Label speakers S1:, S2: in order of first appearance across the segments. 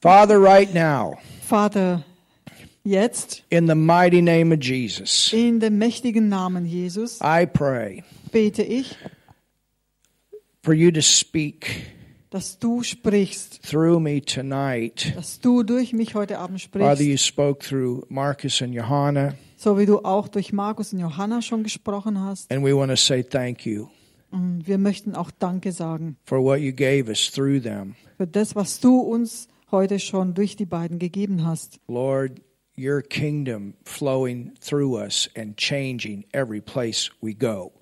S1: Father, right now,
S2: Vater, jetzt
S1: in the mighty name of Jesus,
S2: in dem mächtigen Namen Jesus
S1: I pray
S2: bete ich,
S1: for you to speak
S2: dass du sprichst,
S1: through me tonight.
S2: dass du durch mich heute Abend
S1: Father,
S2: sprichst,
S1: you spoke through Marcus and Johanna,
S2: so wie du auch durch Markus und Johanna schon gesprochen hast.
S1: and we want to say thank you
S2: Und wir möchten auch Danke sagen
S1: for what you gave us through them.
S2: für das, was du uns heute schon durch die beiden gegeben hast.
S1: Lord, your kingdom flowing through us and changing every place we go.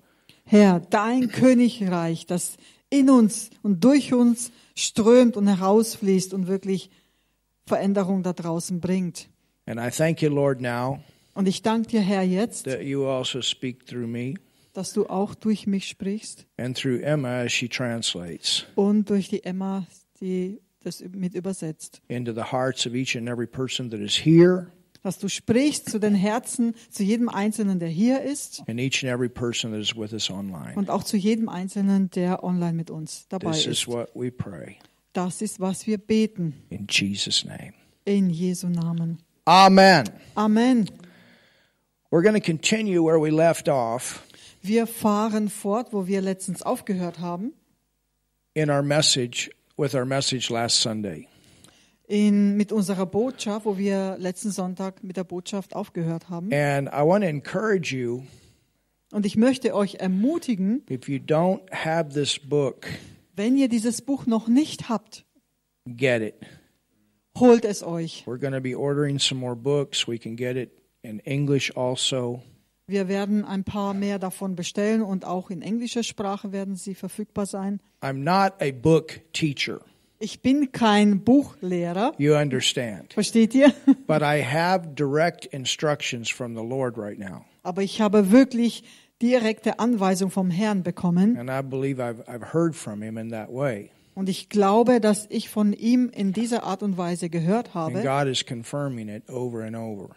S2: Herr, dein Königreich, das in uns und durch uns strömt und herausfließt und wirklich Veränderung da draußen bringt.
S1: And I thank you, Lord, now
S2: Und ich danke dir, Herr, jetzt,
S1: that you also speak through me
S2: dass du auch durch mich sprichst
S1: and through Emma as she translates
S2: und durch die Emma, die das mit übersetzt.
S1: into the hearts of each and every person that is here
S2: Dass du sprichst zu den Herzen, zu jedem Einzelnen, der hier ist
S1: and each and every person that is with us online.
S2: und auch zu jedem Einzelnen, der online mit uns dabei
S1: This is
S2: ist.
S1: what we pray
S2: Das ist, was wir beten.
S1: in Jesus' name.
S2: In Jesu Namen.
S1: Amen.
S2: Amen.
S1: We're going to continue where we left off
S2: Wir fahren fort, wo wir letztens aufgehört haben,
S1: in our message with our message last Sunday.
S2: in, mit unserer Botschaft, wo wir letzten Sonntag mit der Botschaft aufgehört haben.
S1: And I want to encourage you
S2: Und ich möchte euch ermutigen,
S1: if you don't have this book,
S2: wenn ihr dieses Buch noch nicht habt,
S1: get it.
S2: holt es euch.
S1: We're going to be ordering some more books. We can get it in English also.
S2: Wir werden ein paar mehr davon bestellen und auch in englischer Sprache werden sie verfügbar sein.
S1: I'm not a book teacher,
S2: Ich bin kein Buchlehrer,
S1: you understand.
S2: versteht ihr?
S1: But I have direct instructions from the Lord right now.
S2: Aber ich habe wirklich direkte Anweisung vom Herrn bekommen.
S1: And I believe I've, I've heard from Him in that way.
S2: Und ich glaube, dass ich von ihm in dieser Art und Weise gehört
S1: And
S2: habe.
S1: God is confirming it over and over.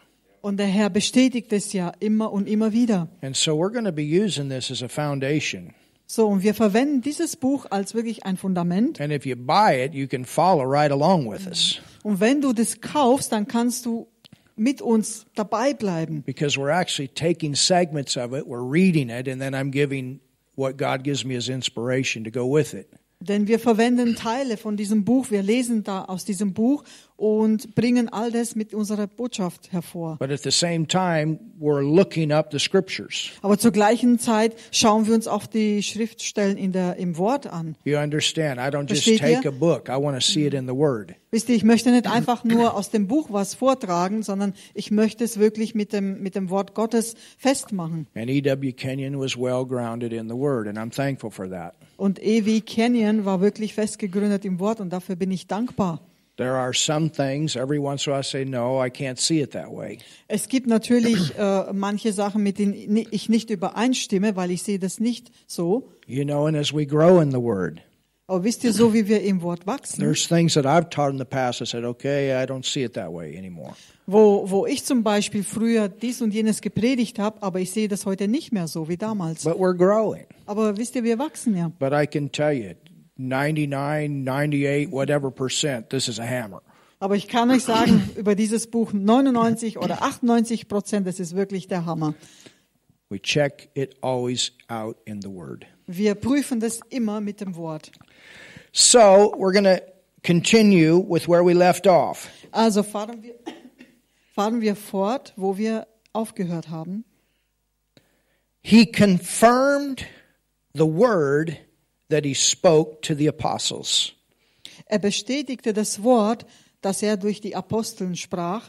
S2: Und der Herr bestätigt es ja immer und immer wieder.
S1: And so we're going to be using this as a foundation.
S2: So, und wir verwenden dieses Buch als wirklich ein Fundament.
S1: And if you buy it, you can follow right along with us
S2: Und wenn du das kaufst, dann kannst du mit uns dabei bleiben.
S1: because we're actually taking segments of it, we're reading it, and then I'm giving what God gives me as inspiration to go with it.
S2: Denn wir verwenden Teile von diesem Buch, wir lesen da aus diesem Buch und bringen all das mit unserer Botschaft hervor.
S1: But at the same time, we're looking up the scriptures.
S2: Aber zur gleichen Zeit schauen wir uns auch die Schriftstellen in der, im Wort an.
S1: You understand? I don't just
S2: Versteht ihr?
S1: take a book, I want to see it in the Word.
S2: Wisst ihr, ich möchte nicht einfach nur aus dem Buch was vortragen, sondern ich möchte es wirklich mit dem, mit dem Wort Gottes festmachen.
S1: And E.W. Kenyon was well grounded in the Word, and I'm thankful for that.
S2: Und E.W. Kenyon war wirklich festgegründet im Wort und dafür bin ich dankbar.
S1: There are some things every once in a while I say, no, I can't see it that way.
S2: Es gibt natürlich äh, manche Sachen, mit denen ich nicht übereinstimme, weil ich sehe das nicht so.
S1: You know, and as we grow in the Word,
S2: Aber wisst ihr, so wie wir im Wort wachsen,
S1: There's things that I've taught in the past. I said, okay, I don't see it that way anymore.
S2: wo, wo ich zum Beispiel früher dies und jenes gepredigt habe, aber ich sehe das heute nicht mehr so wie damals.
S1: But we're growing.
S2: Aber wisst ihr, wir wachsen ja.
S1: But I can tell you, 99, 98, whatever percent, this is a hammer.
S2: Aber ich kann euch sagen, über dieses Buch 99 oder 98 Prozent, das ist wirklich der Hammer.
S1: We check it always out in the Word.
S2: Wir prüfen das immer mit dem Wort.
S1: So we're going to continue with where we left off.
S2: Also fahren wir, fahren wir fort, wo wir aufgehört haben.
S1: He confirmed the word that he spoke to the apostles.
S2: Er bestätigte das Wort, das er durch die Aposteln sprach.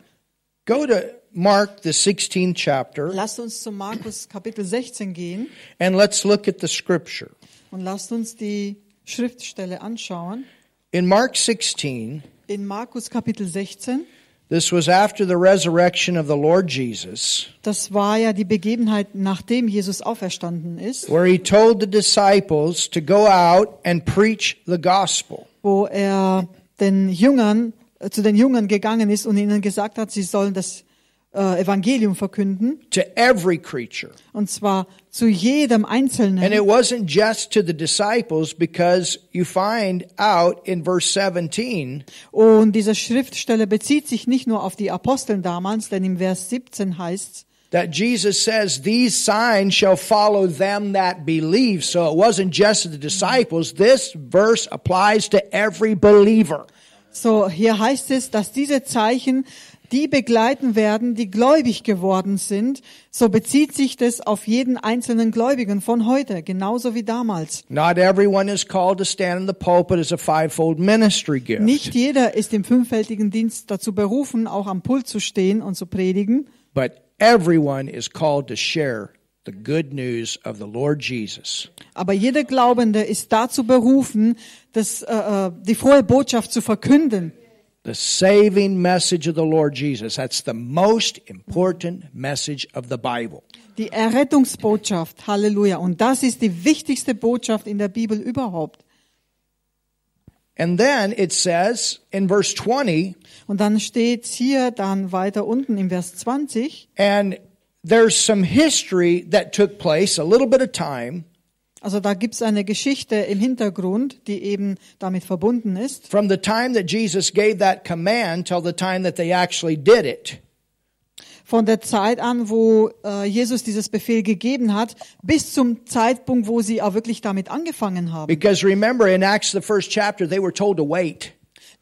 S1: Go to Mark, the 16th chapter,
S2: Lasst uns zu Markus Kapitel 16 gehen
S1: and let's look at the scripture.
S2: und lasst uns die Schriftstelle anschauen.
S1: In Mark 16,
S2: In Markus Kapitel 16,
S1: This was after the resurrection of the Lord Jesus,
S2: das war ja die Begebenheit, nachdem Jesus auferstanden ist,
S1: where he told the disciples to go out and preach the gospel.
S2: wo er den Jüngern, äh, zu den Jüngern gegangen ist und ihnen gesagt hat, sie sollen das äh, äh, Evangelium verkünden,
S1: to every creature.
S2: und zwar zu jedem
S1: And
S2: Einzelnen.
S1: it wasn't just to the disciples because you find out in verse 17
S2: Und diese Schriftstelle bezieht sich nicht nur auf die Aposteln damals, denn im Vers 17 heißt
S1: that Jesus says, These signs shall follow them that believe. So it wasn't just to the disciples. This verse applies to every believer.
S2: so hier heißt es, dass diese Zeichen die begleiten werden, die gläubig geworden sind. So bezieht sich das auf jeden einzelnen Gläubigen von heute, genauso wie damals.
S1: Not everyone is called to stand in the pulpit as a fivefold ministry gift.
S2: Nicht jeder ist im fünffältigen Dienst dazu berufen, auch am Pult zu stehen und zu predigen,
S1: But everyone is called to share the good news of the Lord Jesus.
S2: aber jeder Glaubende ist dazu berufen, das, äh, äh, die frohe Botschaft zu verkünden.
S1: The saving message of the Lord Jesus. That's the most important message of the Bible.
S2: Die Errettungsbotschaft, Halleluja. Und das ist die wichtigste Botschaft in der Bibel überhaupt.
S1: And then it says in verse 20,
S2: Und dann steht's hier dann weiter unten im Vers 20,
S1: and there's some history that took place, a little bit of time,
S2: also da gibt's eine Geschichte im Hintergrund, die eben damit verbunden ist.
S1: from the time that Jesus gave that command till the time that they actually did it.
S2: Von der Zeit an, wo äh, Jesus dieses Befehl gegeben hat, bis zum Zeitpunkt, wo sie auch wirklich damit angefangen haben.
S1: Because remember, in Acts, the first chapter, they were told to wait.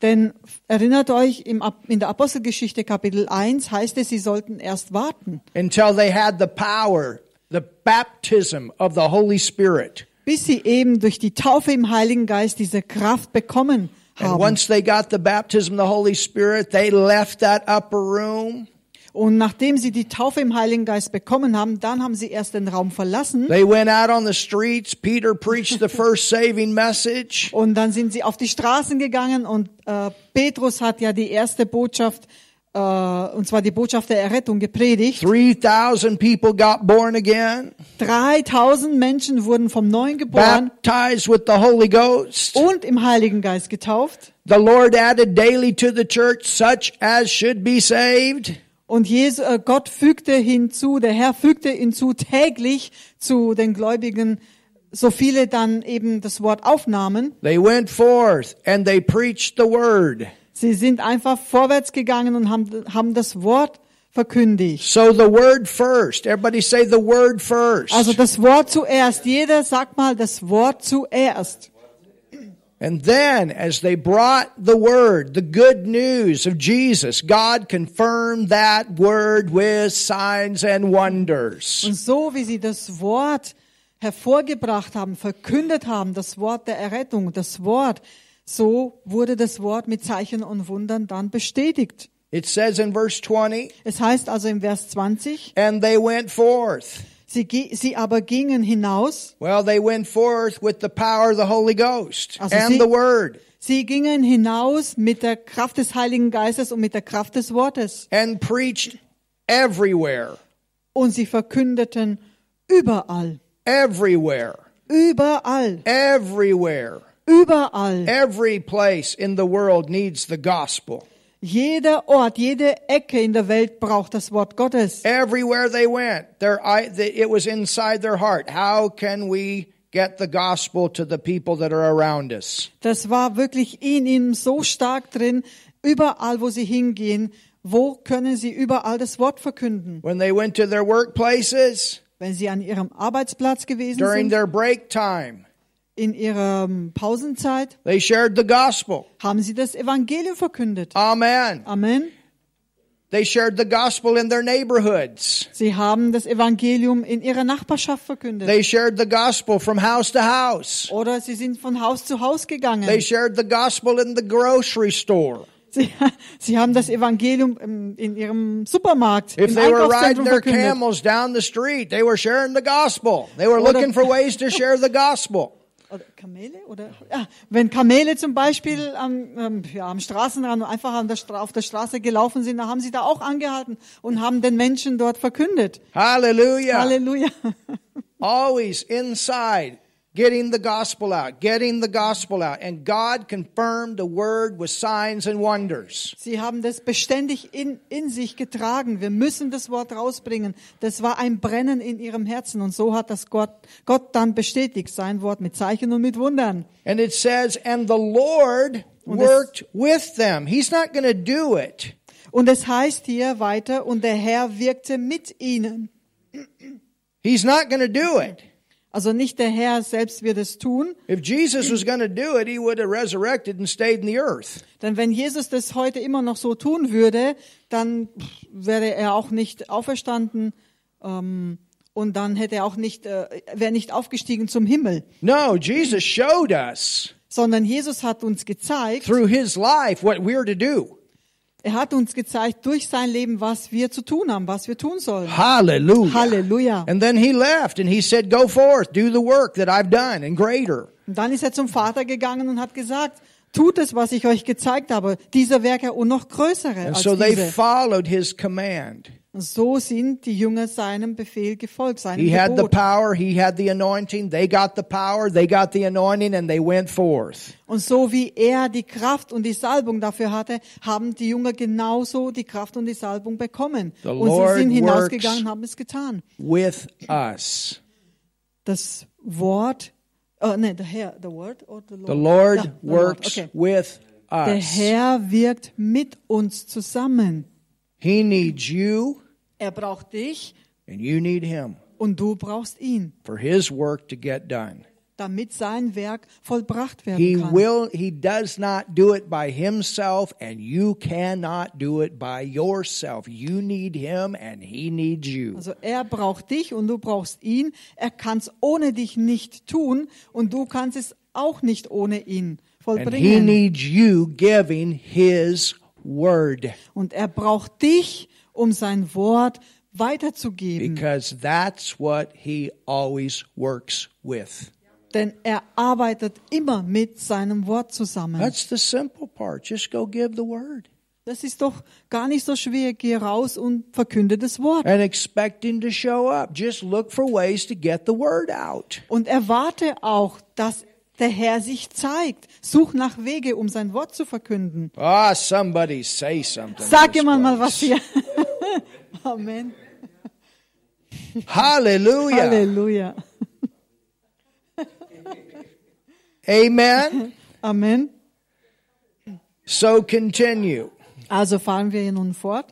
S2: Denn erinnert euch, im, Ap- in der Apostelgeschichte Kapitel 1 heißt es, sie sollten erst warten.
S1: until they had the power, the baptism of the Holy Spirit.
S2: bis sie eben durch die Taufe im Heiligen Geist diese Kraft bekommen
S1: And
S2: haben.
S1: once they got the baptism of the Holy Spirit, they left that upper room.
S2: Und nachdem sie die Taufe im Heiligen Geist bekommen haben, dann haben sie erst den Raum verlassen
S1: They went out on the streets. Peter preached the first saving message.
S2: und dann sind sie auf die Straßen gegangen und äh, Petrus hat ja die erste Botschaft, äh, und zwar die Botschaft der Errettung gepredigt.
S1: 3,000 people got born again,
S2: 3000 Menschen wurden vom Neuen geboren
S1: baptized with the Holy Ghost.
S2: und im Heiligen Geist getauft.
S1: The Lord added daily to the church such as should be saved.
S2: Und Jesu, äh, Gott fügte hinzu, der Herr fügte hinzu täglich zu den Gläubigen, so viele dann eben das Wort aufnahmen.
S1: They went forth and they preached the word.
S2: Sie sind einfach vorwärts gegangen und haben, haben das Wort verkündigt.
S1: So the word first. Everybody say the word first.
S2: Also das Wort zuerst. Jeder sagt mal das Wort zuerst.
S1: And then, as they brought the word, the good news of Jesus, God confirmed that word with signs and wonders.
S2: Und so wie sie das Wort hervorgebracht haben, verkündet haben, das Wort der Errettung, das Wort, so wurde das Wort mit Zeichen und Wundern dann bestätigt.
S1: It says in verse 20,
S2: Es heißt also im Vers 20,
S1: and they went forth.
S2: Sie, ge- sie aber gingen hinaus,
S1: Well, they went forth with the power of the Holy Ghost
S2: Also
S1: and
S2: sie-
S1: the word
S2: sie gingen hinaus mit der Kraft des Heiligen Geistes und mit der Kraft des Wortes.
S1: and preached everywhere,
S2: Und sie verkündeten überall,
S1: everywhere,
S2: überall,
S1: everywhere.
S2: überall.
S1: Every place in the world needs the gospel.
S2: Jeder Ort, jede Ecke in der Welt braucht das Wort Gottes.
S1: Everywhere they went, their I, the, it was inside their heart. How can we get the gospel to the people that are around us?
S2: Das war wirklich in ihm so stark drin, überall, wo sie hingehen. Wo können sie überall das Wort verkünden?
S1: When they went to their workplaces
S2: Wenn sie an ihrem Arbeitsplatz gewesen
S1: during
S2: sind,
S1: their break time,
S2: in ihrer ähm, Pausenzeit,
S1: they shared the gospel.
S2: haben sie das Evangelium verkündet.
S1: Amen.
S2: Amen.
S1: They shared the gospel in their neighborhoods.
S2: Sie haben das Evangelium in ihrer Nachbarschaft verkündet.
S1: They shared the gospel from house to house.
S2: Oder sie sind von Haus zu Haus gegangen.
S1: They shared the gospel in the grocery store.
S2: Sie, sie haben das Evangelium im, in ihrem Supermarkt,
S1: If
S2: im
S1: they were riding
S2: Einkaufszentrum
S1: their
S2: verkündet.
S1: camels down the street, they were sharing the gospel. They were
S2: Oder-
S1: looking for ways to share the gospel.
S2: Oder Kamele? Oder, ah, wenn Kamele zum Beispiel am, ähm, ja, am Straßenrand und einfach an der Stra auf der Straße gelaufen sind, dann haben sie da auch angehalten und haben den Menschen dort verkündet.
S1: Hallelujah.
S2: Halleluja.
S1: Always inside Getting the gospel out, getting the gospel out. And God confirmed the word with signs and wonders.
S2: Sie haben das beständig in, in sich getragen. Wir müssen das Wort rausbringen. Das war ein Brennen in ihrem Herzen. Und so hat das Gott, Gott dann bestätigt, sein Wort mit Zeichen und mit Wundern.
S1: And it says, and the Lord
S2: Und es-
S1: worked with them. He's not going to do it.
S2: Und es heißt hier weiter, und der Herr wirkte mit ihnen.
S1: He's not going to do it.
S2: Also nicht der Herr selbst wird es tun,
S1: If Jesus was going to do it, he would have resurrected and stayed in the earth.
S2: denn wenn Jesus das heute immer noch so tun würde, dann pff, wäre er auch nicht auferstanden ähm, und dann hätte er auch nicht, äh, wäre nicht aufgestiegen zum Himmel,
S1: No, Jesus showed us
S2: sondern Jesus hat uns gezeigt,
S1: through his life what we're to do.
S2: er hat uns gezeigt durch sein Leben, was wir zu tun haben, was wir tun sollen.
S1: Hallelujah.
S2: Halleluja.
S1: And then he left and he said, Go forth, do the work that I've done and greater.
S2: Und dann ist er zum Vater gegangen und hat gesagt, tut es, was ich euch gezeigt habe, diese Werke und noch größere
S1: And
S2: als
S1: so they
S2: diese.
S1: followed his command.
S2: Und so sind die Jünger seinem Befehl gefolgt, seinem
S1: He had the
S2: Gebot.
S1: power, he had the anointing, they got the power, they got the anointing, and they went forth.
S2: Und so wie er die Kraft und die Salbung dafür hatte, haben die Jünger genauso die Kraft und die Salbung bekommen.
S1: The
S2: und
S1: Lord
S2: sie sind
S1: works.
S2: hinausgegangen und haben es getan.
S1: With us.
S2: Das Wort, äh, ne, der Herr, the word or the Lord?
S1: The Lord
S2: Ja, the
S1: works
S2: Lord, okay.
S1: with
S2: Der
S1: us.
S2: Herr wirkt mit uns zusammen.
S1: He needs you,
S2: Er braucht dich
S1: and you need him
S2: und du brauchst ihn,
S1: for his work to get done.
S2: damit sein Werk vollbracht werden
S1: He
S2: kann.
S1: will he does not do it by himself and you cannot do it by yourself. You need him and he needs you.
S2: Also er braucht dich und du brauchst ihn. Er kann es ohne dich nicht tun und du kannst es auch nicht ohne ihn
S1: And he
S2: vollbringen.
S1: needs you giving his word
S2: Und er braucht dich, um sein Word weiterzugeben.
S1: because that's what he always works with.
S2: Denn er arbeitet immer mit seinem Wort zusammen.
S1: That's the simple part. Just go give the word
S2: Das ist doch gar nicht so schwer. Geh raus und verkünde das Wort.
S1: and expect him to show up. Just look for ways to get the word out.
S2: Und erwarte auch, dass der Herr sich zeigt. Such nach Wege, um sein Wort zu verkünden.
S1: Ah, somebody say something. in
S2: Sag
S1: this
S2: jemand mal was
S1: place.
S2: hier. Amen.
S1: Hallelujah.
S2: Halleluja.
S1: Amen.
S2: Amen.
S1: So continue.
S2: Also fahren wir hier nun fort.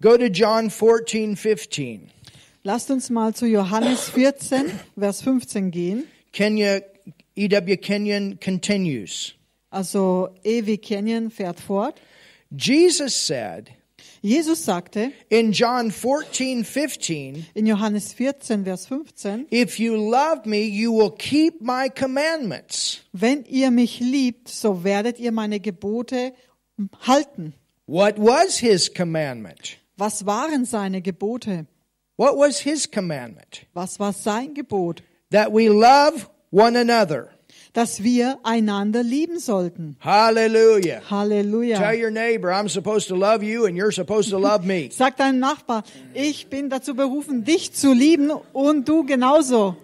S1: Go to John 14, 15.
S2: Lasst uns mal zu Johannes 14, Vers 15 gehen.
S1: Kenya, E.W. Kenyon continues.
S2: Also Ewi Kenyon fährt fort.
S1: Jesus said
S2: Jesus sagte
S1: in John 14, 15,
S2: in Johannes 14, Vers 15,
S1: If you love me, you will keep my commandments.
S2: wenn ihr mich liebt, so werdet ihr meine Gebote halten.
S1: What was his commandment?
S2: Was waren seine Gebote?
S1: What was his commandment?
S2: Was war sein Gebot?
S1: That we love one another.
S2: Dass wir einander lieben sollten.
S1: Hallelujah. Tell
S2: Halleluja.
S1: your neighbor, I'm supposed to love you and you're supposed to love me.
S2: Sag deinem Nachbar, ich bin dazu berufen, dich zu lieben und du genauso.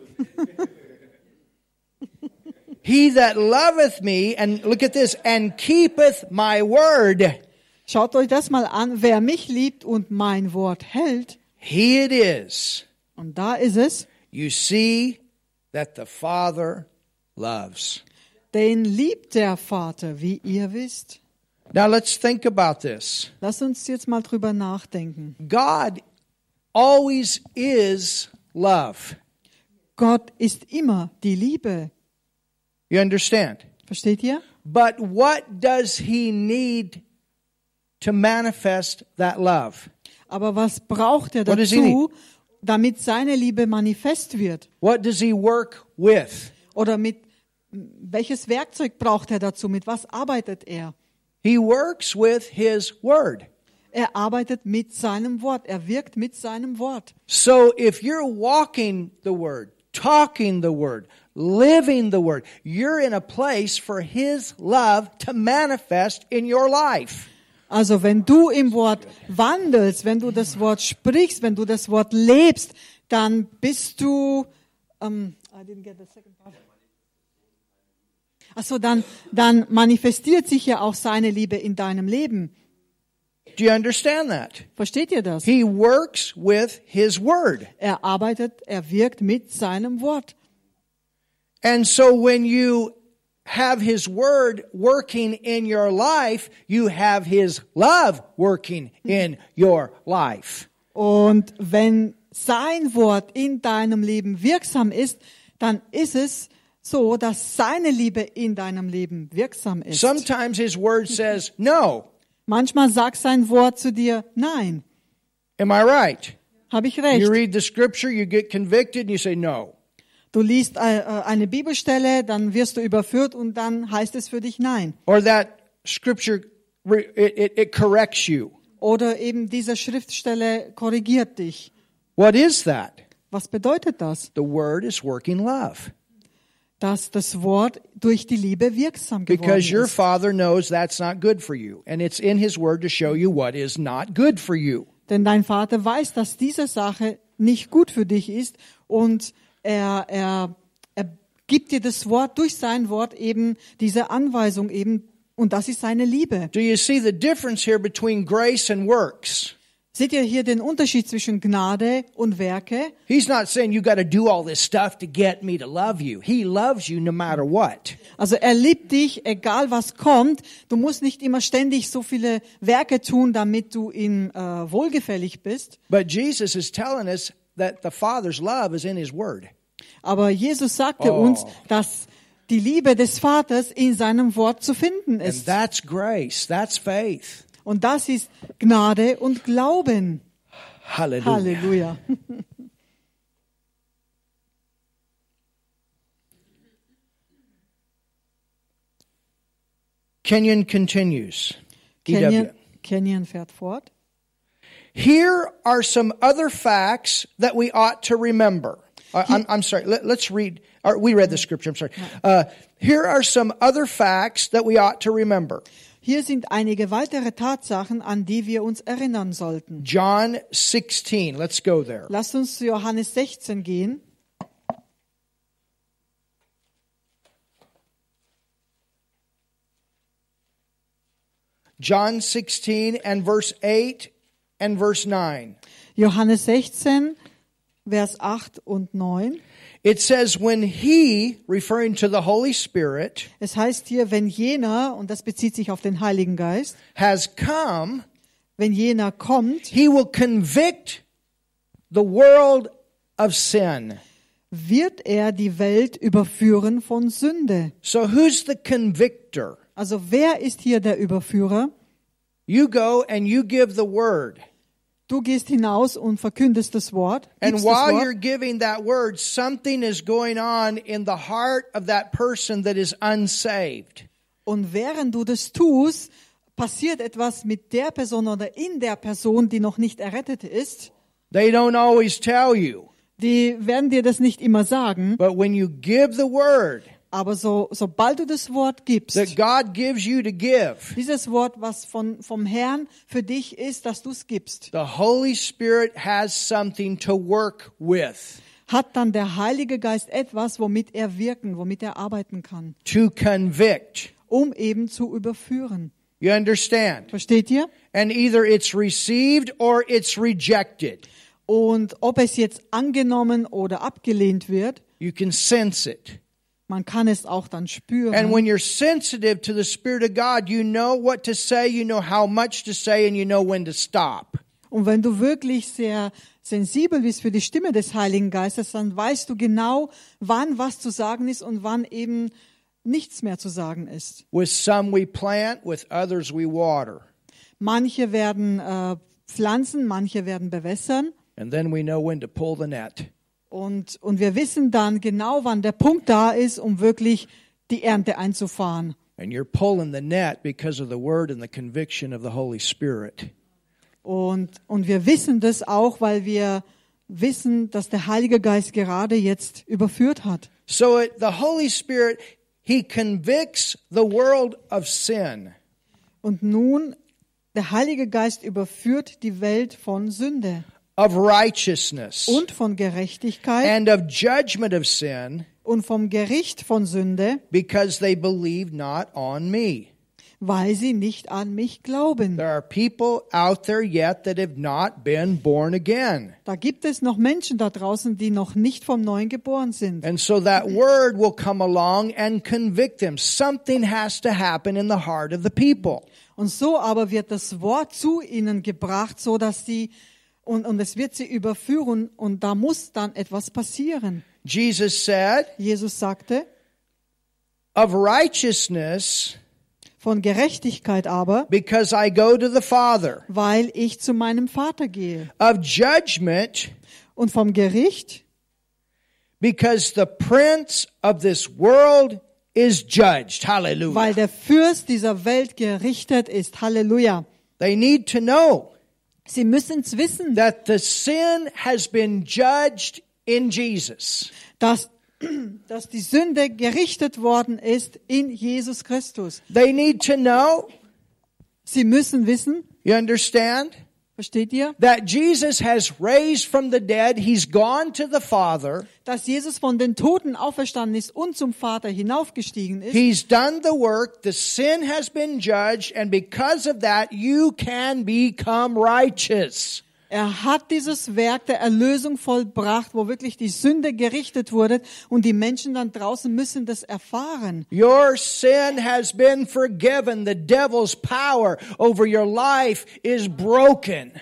S1: He that loveth me, and look at this, and keepeth my word,
S2: Schaut euch das mal an. Wer mich liebt und mein Wort hält,
S1: he it is.
S2: und da ist es,
S1: You see that the Father loves.
S2: den liebt der Vater, wie ihr wisst.
S1: Now let's think about this.
S2: Lasst uns jetzt mal drüber nachdenken.
S1: God always is love.
S2: Gott ist immer die Liebe.
S1: You understand?
S2: Versteht ihr?
S1: But what does he need to manifest that love?
S2: Aber was braucht er
S1: What does he need?
S2: dazu, damit seine Liebe manifest wird?
S1: What does he work with?
S2: Oder mit welches Werkzeug braucht er dazu? Mit was arbeitet er?
S1: He works with his word.
S2: Er arbeitet mit seinem Wort. Er wirkt mit seinem Wort.
S1: So if you're walking the word, talking the word, living the word, you're in a place for his love to manifest in your life.
S2: Also wenn du im Wort wandelst, wenn du das Wort sprichst, wenn du das Wort lebst, dann bist du. Ähm, I didn't get the second part. Ach so, dann, dann manifestiert sich ja auch seine Liebe in deinem Leben.
S1: Do you understand that?
S2: Versteht ihr das?
S1: He works with his word.
S2: Er arbeitet, er wirkt mit seinem Wort.
S1: And so when you have his word working in your life, you have his love working in your life.
S2: Und wenn sein Wort in deinem Leben wirksam ist, dann ist es so, dass seine Liebe in deinem Leben wirksam ist.
S1: Sometimes his word says no.
S2: Manchmal sagt sein Wort zu dir, nein,
S1: Am I right?
S2: habe ich
S1: You
S2: recht.
S1: read the scripture, you get convicted, and you say no.
S2: Du liest äh, äh, eine Bibelstelle, dann wirst du überführt und dann heißt es für dich nein.
S1: Or that scripture, re- it, it, it corrects you.
S2: Oder eben diese Schriftstelle korrigiert dich.
S1: What is that?
S2: Was bedeutet das?
S1: The word is working love.
S2: Dass das Wort durch die Liebe wirksam geworden
S1: Because your
S2: ist.
S1: father knows that's not good for you. And it's in his word to show you what is not good for you.
S2: Denn dein Vater weiß, dass diese Sache nicht gut für dich ist und er, er, er gibt dir das Wort durch sein Wort eben diese Anweisung eben und das ist seine Liebe.
S1: Do you see the difference here between grace and works?
S2: Seht ihr hier den Unterschied zwischen Gnade und Werke?
S1: He's not saying you got to do all this stuff to get me to love you. He loves you no matter what.
S2: Also er liebt dich, egal was kommt. Du musst nicht immer ständig so viele Werke tun, damit du ihm äh, wohlgefällig bist.
S1: But Jesus is telling us that the Father's love is in his word.
S2: Aber Jesus sagte
S1: Oh.
S2: uns, dass die Liebe des Vaters in seinem Wort zu finden
S1: And
S2: ist.
S1: that's grace. That's faith.
S2: Und das ist Gnade und Glauben.
S1: Hallelujah.
S2: Halleluja.
S1: Kenyon continues. E
S2: Kenyon,
S1: EW.
S2: Kenyon fährt fort.
S1: Here are some other facts that we ought to remember. Uh, I'm, I'm sorry, let, us read. Or we read the scripture, I'm sorry. Uh, here are some other facts that we ought to remember.
S2: Hier sind einige weitere Tatsachen, an die wir uns erinnern sollten.
S1: John 16, let's go there.
S2: Lasst uns zu Johannes 16 gehen.
S1: John 16 and verse 8 and verse 9.
S2: Johannes 16, Vers 8 und 9.
S1: It says, When he, referring to the Holy Spirit,
S2: Es heißt hier, wenn jener, und das bezieht sich auf den Heiligen Geist,
S1: has come,
S2: wenn jener kommt,
S1: he will convict the world of sin.
S2: wird er die Welt überführen von Sünde.
S1: So who's the convictor?
S2: Also wer ist hier der Überführer?
S1: You go and you give the word.
S2: Du gehst hinaus und verkündest das Wort.
S1: And
S2: gibst das
S1: while you're
S2: Wort.
S1: giving that word, something is going on in the heart of that person that is unsaved.
S2: Und während du das tust, passiert etwas mit der Person oder in der Person, die noch nicht errettet ist.
S1: They don't always tell you,
S2: Die werden dir das nicht immer sagen,
S1: but when you give the word
S2: aber so, sobald du das Wort gibst,
S1: that God gives you to give,
S2: dieses Wort, was von, vom Herrn für dich ist, dass du es gibst,
S1: the Holy Spirit has something to work with
S2: hat dann der Heilige Geist etwas, womit er wirken, womit er arbeiten kann,
S1: to convict.
S2: um eben zu überführen.
S1: You understand?
S2: Versteht ihr?
S1: And either it's received or it's rejected.
S2: Und ob es jetzt angenommen oder abgelehnt wird,
S1: You can sense it.
S2: man kann es auch dann
S1: And
S2: spüren.
S1: when you're sensitive to the Spirit of God, you know what to say, you know how much to say, and you know when to stop.
S2: Und wenn du wirklich sehr sensibel bist für die Stimme des Heiligen Geistes, dann weißt du genau, wann was zu sagen ist und wann eben nichts mehr zu sagen ist.
S1: With some we plant, with others we water.
S2: Manche werden äh, pflanzen, manche werden bewässern.
S1: And then we know when to pull the net.
S2: Und, und wir wissen dann genau, wann der Punkt da ist, um wirklich die Ernte einzufahren.
S1: And you're pulling the net because of the word and the conviction of the Holy Spirit.
S2: Und, und wir wissen das auch, weil wir wissen, dass der Heilige Geist gerade jetzt überführt hat.
S1: So it, the Holy Spirit, He convicts the world of sin.
S2: Und nun Der Heilige Geist überführt die Welt von Sünde
S1: of righteousness,
S2: und von Gerechtigkeit
S1: and of judgment of sin,
S2: und vom Gericht von Sünde,
S1: because they believe not on me.
S2: weil sie nicht an mich glauben.
S1: There are people out there yet that have not been born again.
S2: Da gibt es noch Menschen da draußen, die noch nicht vom Neuen geboren sind.
S1: And so that word will come along and convict them. Something has to happen in the heart of the people.
S2: Und so aber wird das Wort zu ihnen gebracht, so dass sie und, und es wird sie überführen und da muss dann etwas passieren.
S1: Jesus said,
S2: Jesus sagte,
S1: of righteousness,
S2: von Gerechtigkeit aber,
S1: because I go to the Father,
S2: weil ich zu meinem Vater gehe.
S1: of judgment,
S2: Und vom Gericht,
S1: because the prince of this world is judged. Hallelujah.
S2: weil der Fürst dieser Welt gerichtet ist. Halleluja.
S1: They need to know
S2: Sie müssen's wissen,
S1: that the sin has been judged in Jesus.
S2: dass, dass die Sünde gerichtet worden ist in Jesus Christus.
S1: They need to know,
S2: Sie müssen wissen,
S1: you understand?
S2: versteht ihr,
S1: that Jesus has raised from the dead. He's gone to the Father.
S2: dass Jesus von den Toten auferstanden ist und zum Vater hinaufgestiegen ist.
S1: He's done the work. The sin has been judged. And because of that, you can become righteous.
S2: Er hat dieses Werk der Erlösung vollbracht, wo wirklich die Sünde gerichtet wurde und die Menschen dann draußen müssen das erfahren.
S1: Your sin has been forgiven. The devil's power over your life is broken.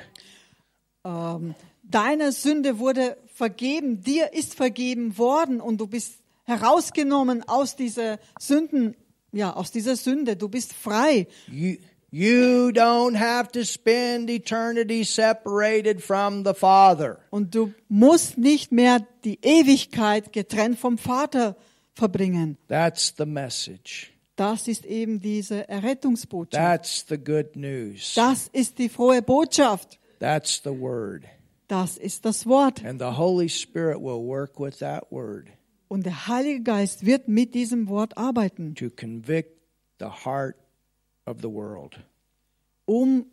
S2: Deiner Sünde wurde vergeben, dir ist vergeben worden und du bist herausgenommen aus dieser Sünden, ja, aus dieser Sünde. Du bist frei.
S1: You, you don't have to spend eternity separated from the Father.
S2: Und du musst nicht mehr die Ewigkeit getrennt vom Vater verbringen.
S1: That's the message.
S2: Das ist eben diese Errettungsbotschaft.
S1: That's the good news.
S2: Das ist die frohe Botschaft.
S1: That's the word.
S2: Das ist das Wort.
S1: And the Holy Spirit will work with that word
S2: Und der Heilige Geist wird mit diesem Wort arbeiten,
S1: to convict the heart of the world.
S2: um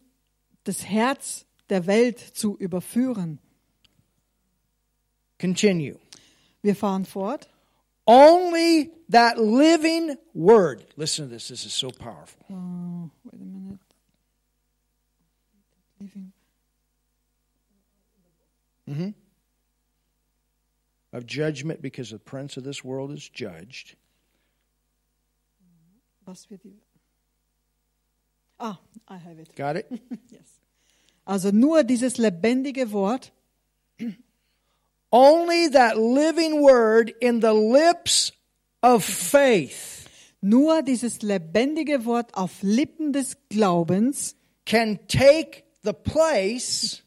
S2: das Herz der Welt zu überführen.
S1: Continue.
S2: Wir fahren fort.
S1: Only that living word. Listen to this. This is so powerful.
S2: Oh, wait a minute. Leaving.
S1: Of judgment because the prince of this world is judged.
S2: Was wird die? Ah, I have it.
S1: Got it?
S2: Yes. Also nur dieses lebendige Wort,
S1: Only that living word in the lips of faith
S2: nur dieses lebendige Wort auf Lippen des Glaubens
S1: can take the place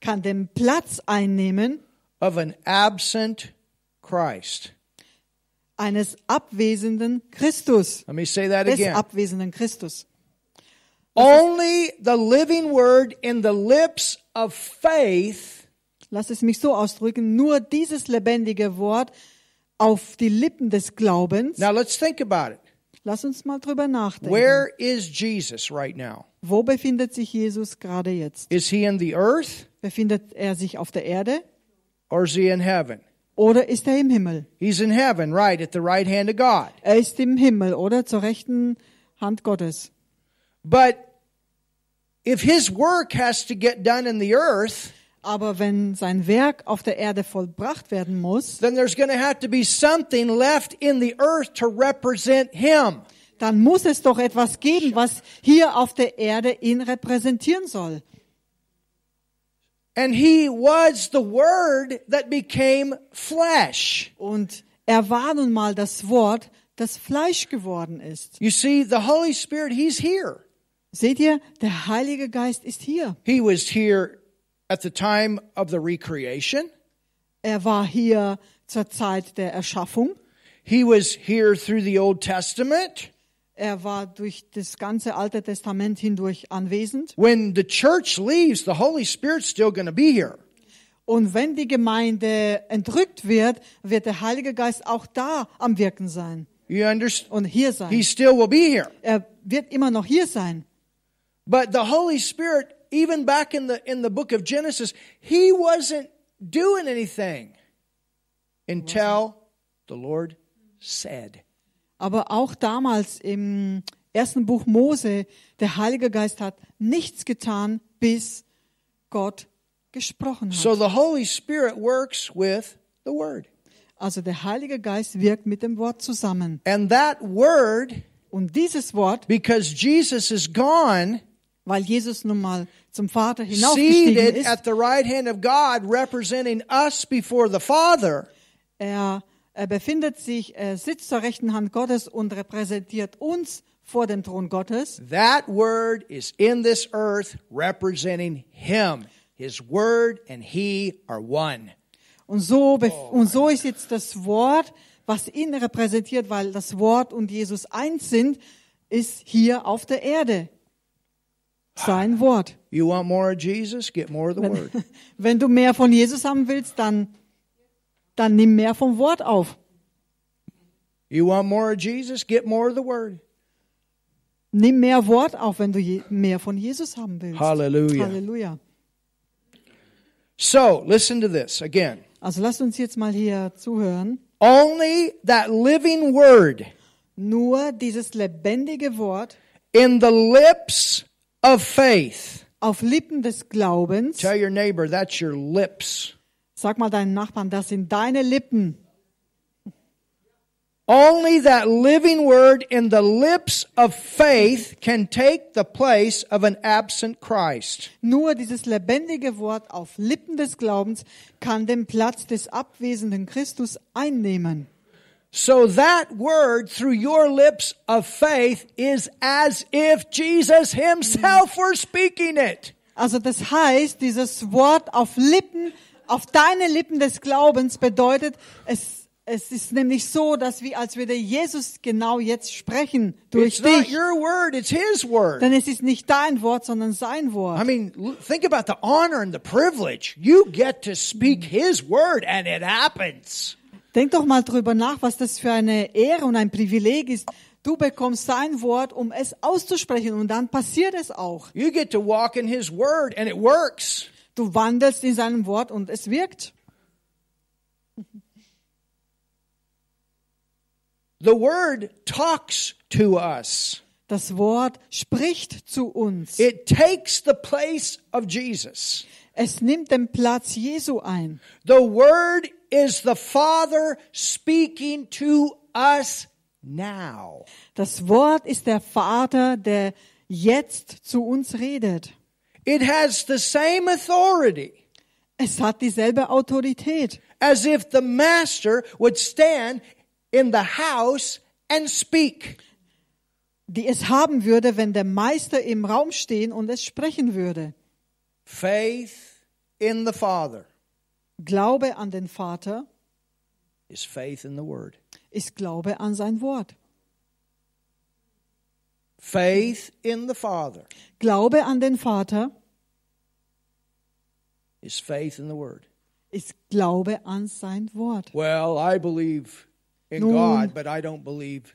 S2: kann den Platz einnehmen
S1: of an absent Christ.
S2: eines abwesenden Christus,
S1: Let me say that
S2: des
S1: again.
S2: abwesenden Christus.
S1: Only the living word in the lips of faith
S2: Lass es mich so ausdrücken, nur dieses lebendige Wort auf die Lippen des Glaubens.
S1: Now let's think about it.
S2: Lass uns mal drüber nachdenken.
S1: Where is Jesus right now?
S2: Wo befindet sich Jesus gerade jetzt?
S1: Is he in the earth
S2: Befindet er sich auf der Erde
S1: or is he in heaven?
S2: oder ist er im Himmel?
S1: He's in heaven, right, at the right hand of God.
S2: Er ist im Himmel oder zur rechten Hand Gottes.
S1: But if his work has to get done in the earth,
S2: Aber wenn sein Werk auf der Erde vollbracht werden muss,
S1: then there's going to have to be something left in the earth to represent him.
S2: dann muss es doch etwas geben, was hier auf der Erde ihn repräsentieren soll.
S1: And he was the word that became flesh.
S2: Und er war nun mal das Wort, das Fleisch geworden ist.
S1: You see, the Holy Spirit, he's here.
S2: Seht ihr, der Heilige Geist ist hier.
S1: He was here at the time of the recreation.
S2: Er war hier zur Zeit der Erschaffung.
S1: He was here through the Old Testament
S2: Er war durch das ganze Alte Testament hindurch anwesend.
S1: when the church leaves, the Holy Spirit's still going to be here.
S2: Und wenn die Gemeinde entrückt wird, wird der Heilige Geist auch da am Wirken sein
S1: You understand?
S2: und hier sein.
S1: He still will be here.
S2: Er wird immer noch hier sein.
S1: But the Holy Spirit, even back in the in the book of Genesis, he wasn't doing anything until the Lord said.
S2: Aber auch damals im ersten Buch Mose, der Heilige Geist hat nichts getan, bis Gott gesprochen hat.
S1: So the Holy Spirit works with the word.
S2: Also der Heilige Geist wirkt mit dem Wort zusammen.
S1: And that word
S2: Und dieses Wort,
S1: because Jesus is gone,
S2: weil Jesus nun mal zum Vater hinaufgestiegen
S1: seated
S2: ist,
S1: at the right hand of God, representing us before the Father,
S2: er, er befindet sich, er sitzt zur rechten Hand Gottes und repräsentiert uns vor dem Thron Gottes.
S1: that word is in this earth representing Him. His word and He are one.
S2: Und so, bef- und so ist jetzt das Wort, was ihn repräsentiert, weil das Wort und Jesus eins sind, ist hier auf der Erde. Sein Wort.
S1: You want more of Jesus? Get more of the word.
S2: Wenn du mehr von Jesus haben willst, dann, dann nimm mehr vom Wort auf.
S1: You want more of Jesus? Get more of the word.
S2: Nimm mehr Wort auf, wenn du je, mehr von Jesus haben willst.
S1: Hallelujah.
S2: Halleluja.
S1: So, listen to this again.
S2: Also lasst uns jetzt mal hier zuhören.
S1: Only that living word
S2: Nur dieses lebendige Wort
S1: in the lips of faith.
S2: auf Lippen des Glaubens.
S1: Tell your neighbor that's your lips.
S2: Sag mal deinen Nachbarn, das sind deine Lippen.
S1: Only that living word in the lips of faith can take the place of an absent Christ.
S2: Nur dieses lebendige Wort auf Lippen des Glaubens kann den Platz des abwesenden Christus einnehmen.
S1: So that word through your lips of faith is as if Jesus himself were speaking it.
S2: Also das heißt, dieses Wort auf Lippen, auf deine Lippen des Glaubens bedeutet, es, es ist nämlich so, dass wir, als würde Jesus genau jetzt sprechen durch
S1: It's not
S2: dich.
S1: your word, it's his word.
S2: Denn es ist nicht dein Wort, sondern sein Wort.
S1: I mean, l- think about the honor and the privilege. You get to speak his word and it happens.
S2: Denk doch mal drüber nach, was das für eine Ehre und ein Privileg ist. Du bekommst sein Wort, um es auszusprechen und dann passiert es auch.
S1: You get to walk in his word and it works.
S2: Du wandelst in seinem Wort und es wirkt.
S1: The word talks to us.
S2: Das Wort spricht zu uns.
S1: It takes the place of Jesus.
S2: Es nimmt den Platz Jesu ein.
S1: The Word is the Father speaking to us now.
S2: Das Wort ist der Vater, der jetzt zu uns redet.
S1: It has the same authority
S2: Es hat dieselbe Autorität,
S1: as if the Master would stand in the house and speak.
S2: die es haben würde, wenn der Meister im Raum stehen und es sprechen würde.
S1: Faith in the Father
S2: Glaube an den Vater
S1: is faith in the Word.
S2: ist Glaube an sein Wort.
S1: Faith in the Father
S2: Glaube an den Vater
S1: is faith in the Word.
S2: ist Glaube an sein Wort.
S1: Well, I believe in
S2: Nun.
S1: God, but I don't believe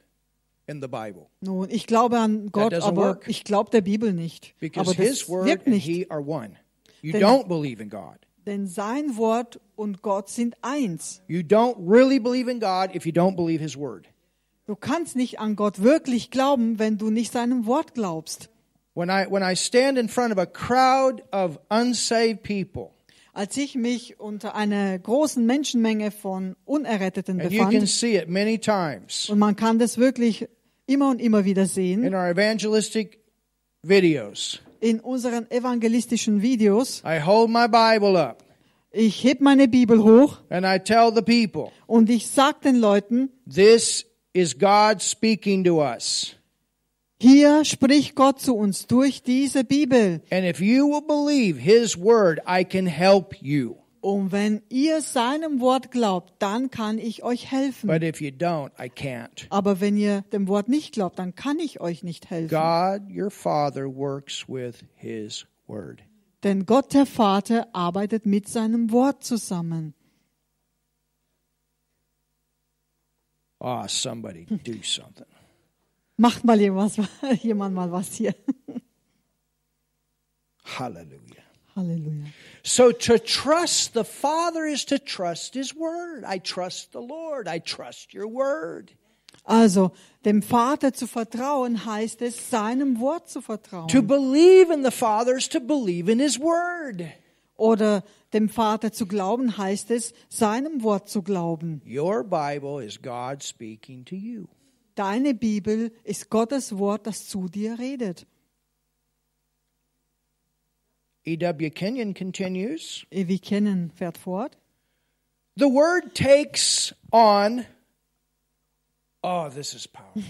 S1: in the Bible.
S2: Nun, ich glaube an Gott,
S1: doesn't
S2: aber
S1: work.
S2: ich glaube der Bibel nicht.
S1: Because
S2: Aber
S1: his
S2: das
S1: word
S2: wirkt
S1: and
S2: nicht.
S1: he are one. You
S2: Then-
S1: don't believe in God.
S2: Denn sein Wort und Gott sind eins.
S1: You don't really believe in God if you don't believe his word.
S2: Du kannst nicht an Gott wirklich glauben, wenn du nicht seinem Wort glaubst.
S1: When I when I stand in front of a crowd of unsaved people,
S2: Als ich mich unter einer großen Menschenmenge von Unerretteten
S1: and you can
S2: befand,
S1: see it many times
S2: und man kann das wirklich immer und immer wieder
S1: in
S2: sehen,
S1: our evangelistic videos.
S2: in unseren evangelistischen Videos,
S1: I hold my Bible up
S2: ich heb meine Bibel hoch
S1: and I tell the people,
S2: und ich sag den Leuten,
S1: this is God speaking to us.
S2: hier spricht Gott zu uns durch diese Bibel.
S1: And if you will believe his word, I can help you.
S2: Und wenn ihr seinem Wort glaubt, dann kann ich euch helfen.
S1: But if you don't, I can't.
S2: Aber wenn ihr dem Wort nicht glaubt, dann kann ich euch nicht helfen.
S1: God your Father works with His Word.
S2: Denn Gott der Vater arbeitet mit seinem Wort zusammen.
S1: Ah, somebody do something.
S2: Macht mal jemand was, jemand mal was hier.
S1: Hallelujah.
S2: Halleluja.
S1: So to trust the Father is to trust His Word. I trust the Lord. I trust your Word.
S2: Also, dem Vater zu vertrauen heißt es, seinem Wort zu vertrauen.
S1: To believe in the Father is to believe in His Word.
S2: Oder dem Vater zu glauben heißt es, seinem Wort zu glauben.
S1: Your Bible is God speaking to you.
S2: Deine Bibel ist Gottes Wort, das zu dir redet.
S1: E.W. E Kenyon continues
S2: Ewi Kennen fährt fort.
S1: The Word takes on. Oh, this is powerful.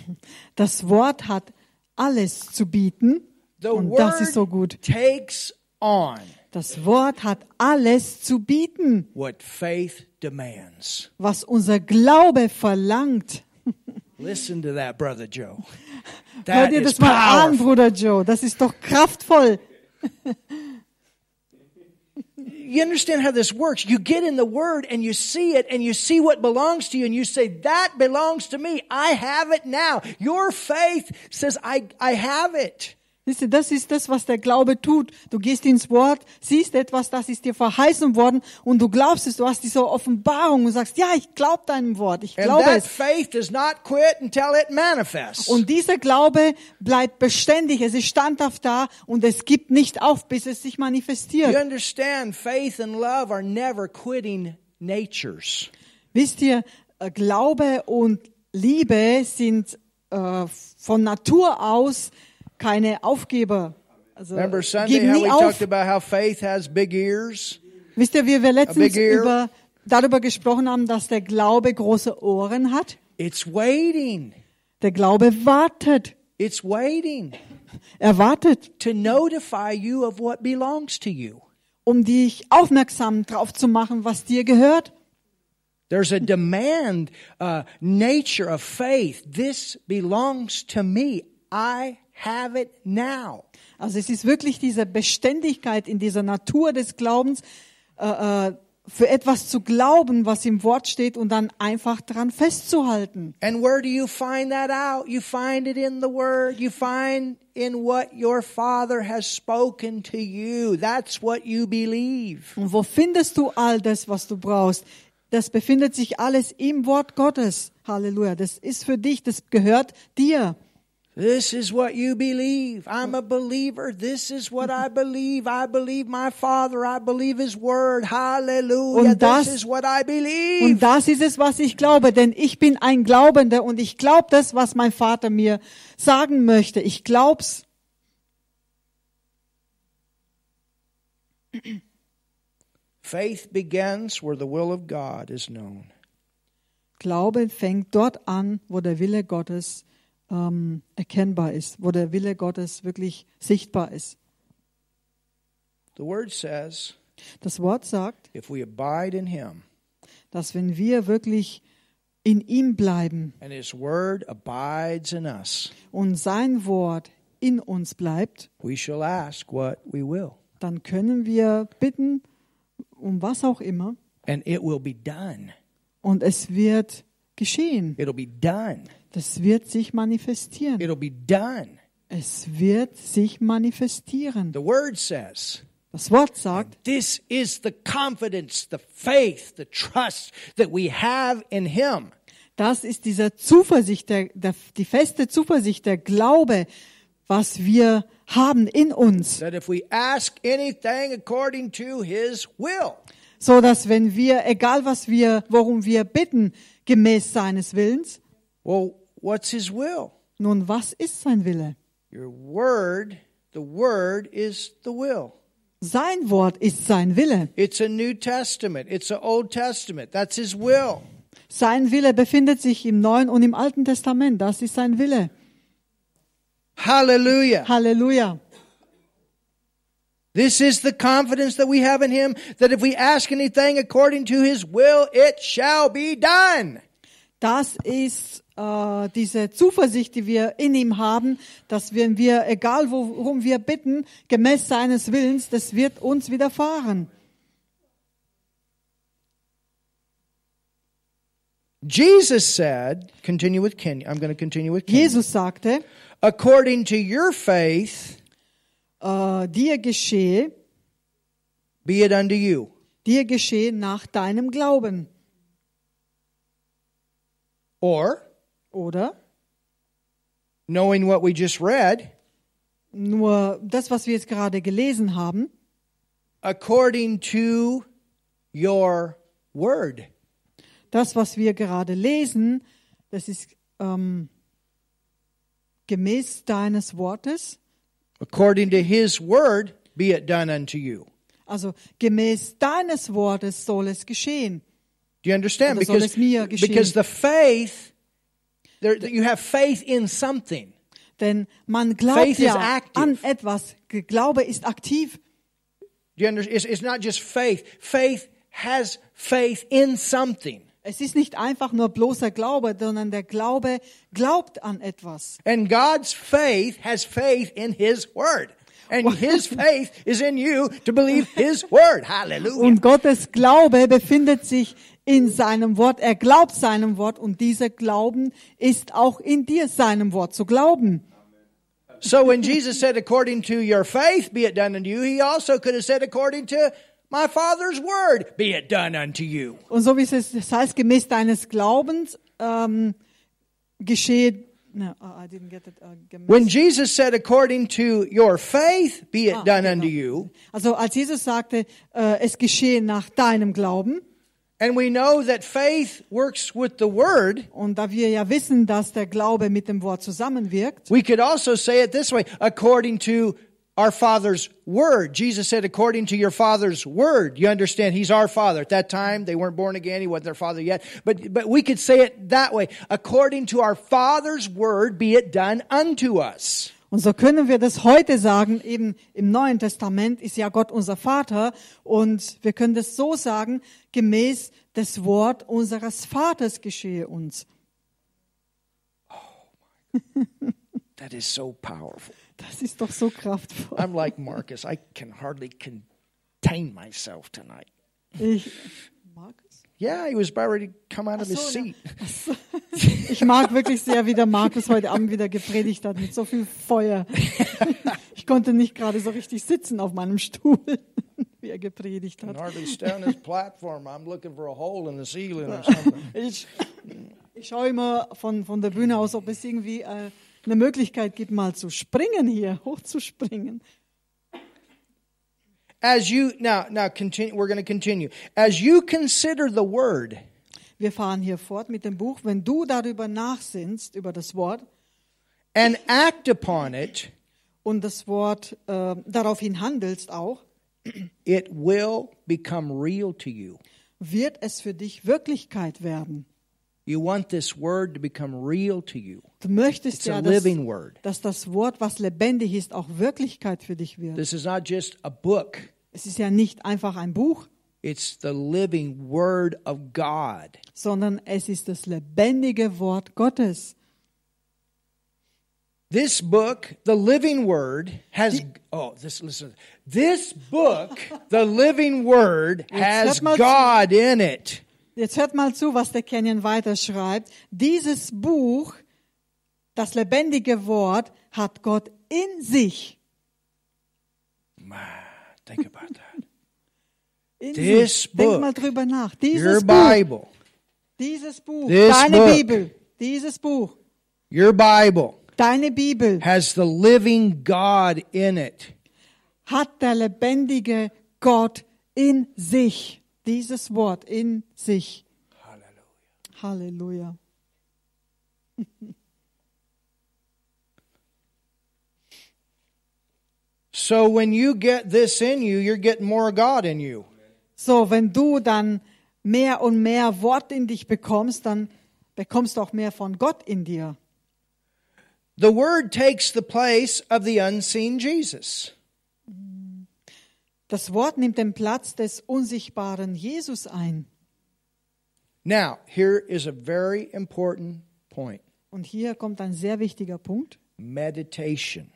S2: Das Wort hat alles zu bieten.
S1: The
S2: Und
S1: Word
S2: das ist Oh, so gut.
S1: takes on
S2: Das Wort hat alles zu bieten,
S1: what faith demands.
S2: was unser Glaube verlangt.
S1: Listen to that, Brother Joe.
S2: Hör
S1: That
S2: dir
S1: is
S2: das mal an,
S1: powerful.
S2: Bruder Joe. Das ist doch kraftvoll.
S1: You understand how this works. You get in the Word and you see it and you see what belongs to you and you say, That belongs to me. I have it now. Your faith says, I, I have it.
S2: Wisst ihr, das ist das, was der Glaube tut. Du gehst ins Wort, siehst etwas, das ist dir verheißen worden und du glaubst es, du hast diese Offenbarung und sagst, ja, ich glaube deinem Wort, ich
S1: And
S2: glaube
S1: that
S2: es.
S1: faith does not quit until it manifests.
S2: Und dieser Glaube bleibt beständig, es ist standhaft da und es gibt nicht auf, bis es sich
S1: You
S2: manifestiert.
S1: understand, faith and love are never quitting natures.
S2: Wisst ihr, äh, Glaube und Liebe sind äh, von Natur aus keine Aufgeber. Also,
S1: Remember Sunday
S2: geben
S1: how we
S2: nie auf.
S1: talked about how faith has big ears?
S2: Wisst ihr, wie wir letztens
S1: big ear.
S2: über, darüber gesprochen haben, dass der Glaube große Ohren hat?
S1: It's waiting.
S2: Der Glaube wartet.
S1: It's waiting
S2: Er wartet,
S1: to notify you of what belongs to you.
S2: um dich aufmerksam drauf zu machen, was dir gehört.
S1: There's a demand uh, nature of faith. This belongs to me. I have it now.
S2: Also es ist wirklich diese Beständigkeit in dieser Natur des Glaubens, äh, äh, für etwas zu glauben, was im Wort steht und dann einfach dran festzuhalten.
S1: And where do you find that out? You find it in the Word. You find in what your Father has spoken to you. That's what you believe.
S2: Und wo findest du all das, was du brauchst? Das befindet sich alles im Wort Gottes. Halleluja. Das ist für dich, das gehört dir.
S1: This is what you believe. I'm a believer. This is what I believe. I believe my Father. I believe His Word. Hallelujah.
S2: Und das-
S1: this is what I believe.
S2: Und das ist es, was ich glaube, denn ich bin ein Glaubender und ich glaube das, was mein Vater mir sagen möchte. Ich glaub's.
S1: Faith begins where the will of God is known.
S2: Glaube fängt dort an, wo der Wille Gottes ähm, erkennbar ist, wo der Wille Gottes wirklich sichtbar ist.
S1: The Word says,
S2: Das Wort sagt,
S1: if we abide in Him
S2: dass wenn wir wirklich in ihm bleiben
S1: and His Word abides in us,
S2: und sein Wort in uns bleibt,
S1: we shall ask what we will,
S2: dann können wir bitten um was auch immer
S1: and it will be done.
S2: und es wird geschehen.
S1: It'll be done.
S2: Das wird sich manifestieren.
S1: It'll be done.
S2: Es wird sich manifestieren.
S1: The Word says,
S2: Das Wort sagt,
S1: This is the confidence, the faith, the trust that we have in Him.
S2: das ist dieser Zuversicht, der, der, die feste Zuversicht, der Glaube, was wir haben in uns,
S1: That if we ask anything according to His will,
S2: so dass wenn wir, egal was wir, worum wir bitten, gemäß seines Willens,
S1: well, what's His will?
S2: nun was ist sein Wille?
S1: Your word, the word is the will.
S2: Sein Wort ist sein Wille.
S1: It's a New Testament, it's an Old Testament. That's his will.
S2: Sein Wille befindet sich im Neuen und im Alten Testament. Das ist sein Wille.
S1: Hallelujah.
S2: Halleluja.
S1: This is the confidence that we have in him that if we ask anything according to his will, it shall be done.
S2: Das ist äh, diese Zuversicht, die wir in ihm haben, dass wenn wir, egal worum wir bitten, gemäß seines Willens, das wird uns widerfahren.
S1: Jesus said, continue with Kenya. I'm going to continue with Kenya.
S2: Jesus sagte,
S1: According to your faith,
S2: äh, dir geschehe,
S1: be it unto you.
S2: dir geschehe nach deinem Glauben.
S1: Or,
S2: Oder?
S1: knowing what we just read,
S2: Nur das, was wir jetzt gerade gelesen haben,
S1: according to your word.
S2: das, was wir gerade lesen, das ist ähm, gemäß deines Wortes,
S1: According to his word, be it done unto you.
S2: also gemäß deines Wortes soll es geschehen.
S1: Do you understand?
S2: Oder soll es mir geschehen?
S1: because the faith, there, you have faith in something.
S2: Denn man glaubt
S1: Faith is
S2: ja
S1: active.
S2: an etwas. Ge- Glaube ist aktiv.
S1: Do you understand? It's, it's not just faith. Faith has faith in something.
S2: Es ist nicht einfach nur bloßer Glaube, sondern der Glaube glaubt an etwas.
S1: And God's faith has faith in His Word. And His faith is in you to believe His Word. Hallelujah.
S2: Und Gottes Glaube befindet sich in seinem Wort. Er glaubt seinem Wort und dieser Glauben ist auch in dir, seinem Wort zu glauben.
S1: So when Jesus said, according to your faith be it done unto you, He also could have said, according to my Father's Word be it done unto you.
S2: Und so wie es ist, das heißt, gemäß deines Glaubens ähm, geschehe. No, I didn't get it, äh, gemäß-
S1: When Jesus said, according to your faith be it
S2: Ah,
S1: done
S2: genau.
S1: unto you,
S2: Also als Jesus sagte, äh, es geschehe nach deinem Glauben,
S1: and we know that faith works with the Word,
S2: und da wir ja wissen, dass der Glaube mit dem Wort zusammenwirkt,
S1: we could also say it this way according to our Father's Word. Jesus said, according to your Father's Word. You understand, He's our Father. At that time, they weren't born again. He wasn't their Father yet. But, but we could say it that way. According to our Father's Word, be it done unto us.
S2: und so können wir das heute sagen, eben im Neuen Testament ist ja Gott unser Vater, und wir können das so sagen, gemäß des Wort unseres Vaters geschehe uns.
S1: That is so powerful.
S2: Das ist doch so kraftvoll.
S1: I'm like Marcus. I can hardly contain myself tonight.
S2: Ich, Markus?
S1: Yeah, he was about ready to come out of his
S2: so,
S1: seat.
S2: Ich mag wirklich sehr, wie der Markus heute Abend wieder gepredigt hat, mit so viel Feuer. Ich konnte nicht gerade so richtig sitzen auf meinem Stuhl, wie er gepredigt
S1: Can
S2: hat.
S1: hardly stand his platform. I'm looking for a hole in the ceiling or something.
S2: Ich, ich schaue immer von, von der Bühne aus, ob es irgendwie äh, eine Möglichkeit gibt, mal zu springen hier, hochzuspringen.
S1: As you now now continue we're going to continue. As you consider the word,
S2: Wir fahren hier fort mit dem Buch. Wenn du darüber nachsinnst, über das Wort
S1: and act upon it,
S2: und das Wort äh, daraufhin handelst auch,
S1: it will become real to you.
S2: wird es für dich Wirklichkeit werden.
S1: You want this word to become real to you.
S2: Du möchtest
S1: It's
S2: ja,
S1: a
S2: dass,
S1: living word.
S2: dass das Wort, was lebendig ist, auch Wirklichkeit für dich wird.
S1: This is not just a book.
S2: Es ist ja nicht einfach ein Buch,
S1: It's the living word of God.
S2: sondern es ist das lebendige Wort Gottes.
S1: This book, the living word has oh, this listen. This book, the living word has
S2: hört mal zu.
S1: God in it.
S2: Jetzt hört mal zu, was der Kenyon weiter schreibt. Dieses Buch, das lebendige Wort, hat Gott in sich.
S1: Think about that.
S2: In
S1: This
S2: sich. Denk
S1: book,
S2: mal drüber nach.
S1: Your
S2: Dieses Buch,
S1: Bible.
S2: dieses Buch,
S1: this
S2: deine
S1: book.
S2: Bibel, dieses Buch,
S1: Your Bible
S2: deine Bibel
S1: has the living God in it.
S2: hat der lebendige Gott in sich. Dieses Wort in sich. Halleluja.
S1: So when you get this in you, you're getting more God in you.
S2: So, wenn du dann mehr und mehr Wort in dich bekommst, dann bekommst du auch mehr von Gott in dir.
S1: The Word takes the place of the unseen Jesus.
S2: Das Wort nimmt den Platz des unsichtbaren Jesus ein.
S1: Now, here is a very important point
S2: Und hier kommt ein sehr wichtiger Punkt.
S1: meditation.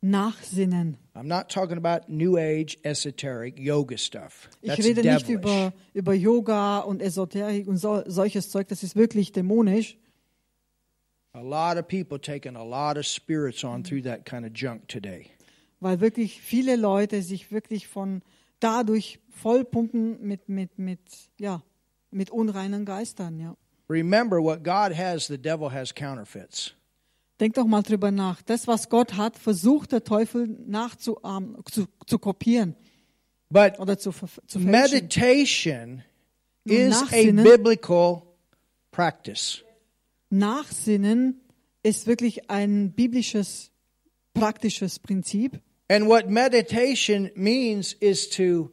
S2: Nachsinnen.
S1: I'm not talking about New Age esoteric yoga stuff.
S2: Ich
S1: That's
S2: rede
S1: devilish.
S2: nicht über, über Yoga und Esoterik und so, solches Zeug. Das ist wirklich dämonisch.
S1: A lot of people taking a lot of spirits on through that kind of junk today.
S2: weil wirklich viele Leute sich wirklich von dadurch vollpumpen mit, mit, mit, ja, mit unreinen Geistern, ja.
S1: Remember what God has, the devil has counterfeits.
S2: Denk doch mal drüber nach. Das, was Gott hat, versucht der Teufel nachzuahmen, zu, zu kopieren
S1: But
S2: oder zu, ver- zu fälschen.
S1: meditation is a
S2: nachsinnen-
S1: biblical practice.
S2: Nachsinnen ist wirklich ein biblisches, praktisches Prinzip.
S1: And what meditation means is to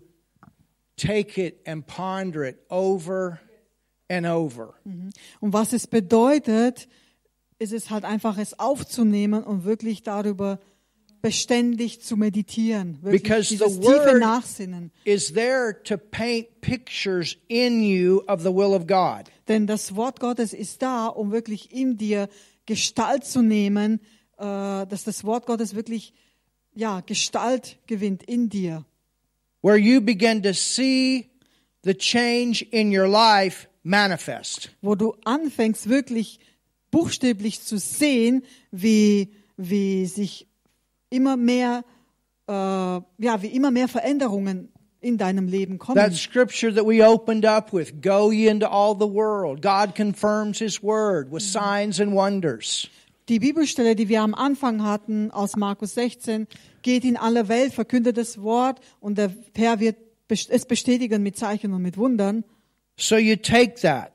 S1: take it and ponder it over and over.
S2: Und was es bedeutet, ist es halt einfach, es aufzunehmen und wirklich darüber beständig zu meditieren. Wirklich
S1: Because the
S2: dieses
S1: word-
S2: tiefe Nachsinnen.
S1: Is there to paint pictures in you of the will of God.
S2: Denn das Wort Gottes ist da, um wirklich in dir Gestalt zu nehmen, äh, dass das Wort Gottes wirklich ja, Gestalt gewinnt in dir.
S1: where you begin to see the change in your life manifest.
S2: wo du anfängst, wirklich buchstäblich zu sehen, wie, wie sich immer mehr, äh, ja, wie immer mehr Veränderungen in deinem Leben kommen.
S1: That scripture that we opened up with, go ye into all the world. God confirms his word with signs and wonders.
S2: die Bibelstelle, die wir am Anfang hatten aus Markus 16, geht in alle Welt, verkündet das Wort und der Herr wird best- es bestätigen mit Zeichen und mit Wundern.
S1: So you take that,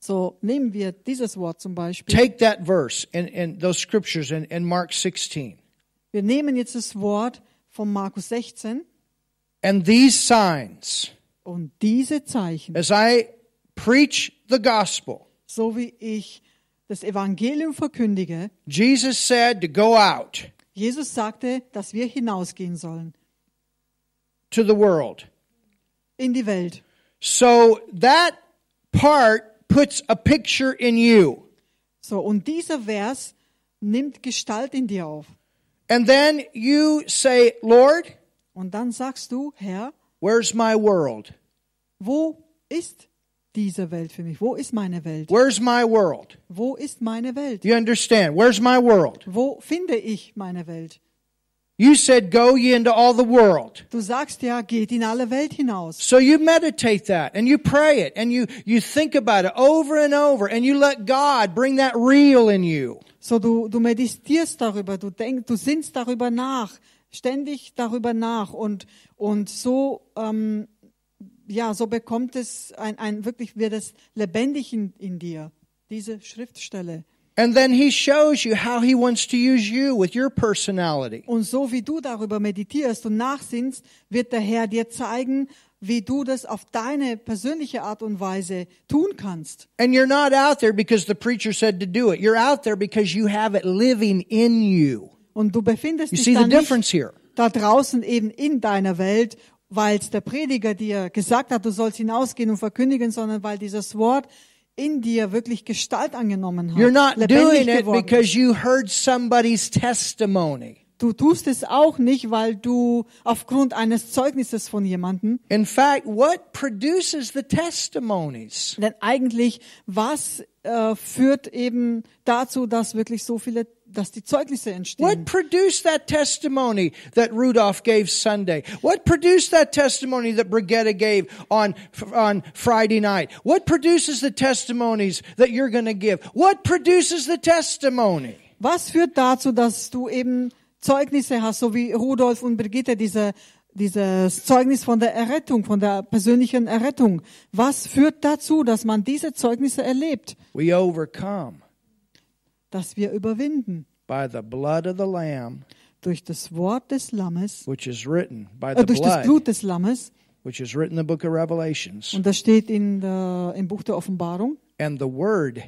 S2: So nehmen wir dieses Wort zum Beispiel.
S1: take that verse and, and those scriptures in, in Mark 16.
S2: Wir nehmen jetzt das Wort von Markus 16
S1: And these signs,
S2: und diese Zeichen
S1: as I preach the gospel,
S2: so wie ich das Evangelium verkündige,
S1: Jesus said to go out
S2: Jesus sagte, dass wir hinausgehen sollen
S1: to the world.
S2: in die Welt.
S1: So that part puts a picture in you.
S2: So, und dieser Vers nimmt Gestalt in dir auf.
S1: And then you say, Lord,
S2: Und dann sagst du, Herr,
S1: where's my world?
S2: wo ist diese Welt für mich? Wo ist meine Welt?
S1: Where's my world?
S2: Wo ist meine Welt?
S1: Do you understand? Where's my world?
S2: Wo finde ich meine Welt?
S1: You said, Go ye into all the world.
S2: Du sagst ja, geht in alle Welt hinaus.
S1: So you meditate that and you pray it and you, you think about it over and over and you let God bring that real in you.
S2: So, du, du meditierst darüber, du denkst, du sinnst darüber nach, ständig darüber nach und, und so, ähm, ja, so bekommt es ein, ein wirklich wird es lebendig in, in dir, diese Schriftstelle.
S1: And then He shows you how He wants to use you with your personality.
S2: Und so wie du darüber meditierst und nachsinnst, wird der Herr dir zeigen, wie du das auf deine persönliche Art und Weise tun kannst.
S1: And you're not out there because the preacher said to do it. You're out there because you have it living in you.
S2: Und du befindest
S1: You
S2: dich
S1: see the
S2: dann nicht
S1: difference here.
S2: da draußen eben in deiner Welt, weil es der Prediger dir gesagt hat, du sollst hinausgehen und verkündigen, sondern weil dieses Wort in dir wirklich Gestalt angenommen hat.
S1: You're not
S2: lebendig
S1: doing it
S2: geworden ist.
S1: because you heard somebody's testimony.
S2: Du tust es auch nicht, weil du aufgrund eines Zeugnisses von jemandem,
S1: In fact, what produces the testimonies?
S2: denn eigentlich was äh, führt eben dazu, dass wirklich so viele, dass die Zeugnisse entstehen.
S1: What produced that testimony that Rudolph gave Sunday? What produced that testimony that Brigetta gave on, on Friday night? What produces the testimonies that you're going to give? What produces the testimony?
S2: Was führt dazu, dass du eben Zeugnisse hast, so wie Rudolf und Brigitte, diese, dieses Zeugnis von der Errettung, von der persönlichen Errettung? Was führt dazu, dass man diese Zeugnisse erlebt,
S1: We overcome
S2: dass wir überwinden?
S1: by the blood of the Lamb,
S2: Durch das Wort des Lammes,
S1: which is written by the
S2: äh, durch das
S1: blood,
S2: Blut des Lammes,
S1: which is written in the book of Revelations,
S2: und das steht in der, im Buch der Offenbarung,
S1: and the word.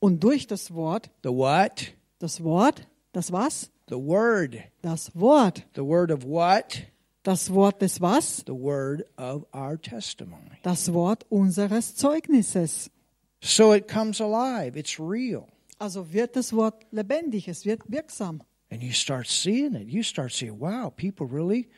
S2: und durch das Wort,
S1: The what?
S2: das Wort, das was?
S1: The word.
S2: Das Wort,
S1: The word of what?
S2: das Wort des was?
S1: The word of our testimony.
S2: Das Wort unseres Zeugnisses.
S1: So it comes alive, it's real.
S2: Also wird das Wort lebendig, es wird wirksam.
S1: And you start seeing it. You start seeing, wow, people really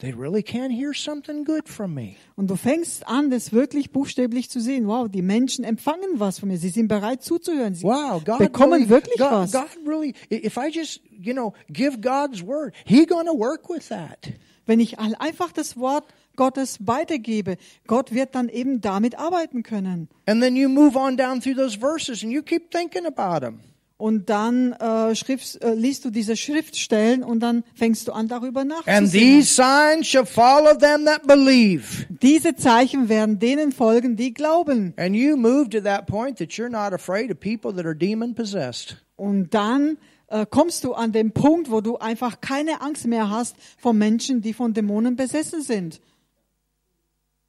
S1: they really can hear something good from me.
S2: Und du fängst an, das wirklich buchstäblich zu sehen. Wow, die Menschen empfangen was von mir. Sie sind bereit zuzuhören. Sie
S1: Wow, God
S2: bekommen
S1: really,
S2: wirklich
S1: God,
S2: was.
S1: God really. i- If I just, you know, give God's word, He gonna work with that.
S2: Wenn ich all- einfach das Wort Gottes weitergebe, Gott wird dann eben damit arbeiten können.
S1: And then you move on down through those verses, and you keep thinking about them.
S2: Und dann äh, schrift, äh, liest du diese Schriftstellen und dann fängst du an, darüber
S1: And
S2: nachzudenken.
S1: these signs shall follow them that believe.
S2: Diese Zeichen werden denen folgen, die glauben.
S1: And you move to that point that you're not afraid of people that are demon possessed.
S2: Und dann äh, kommst du an den Punkt, wo du einfach keine Angst mehr hast vor Menschen, die von Dämonen besessen sind.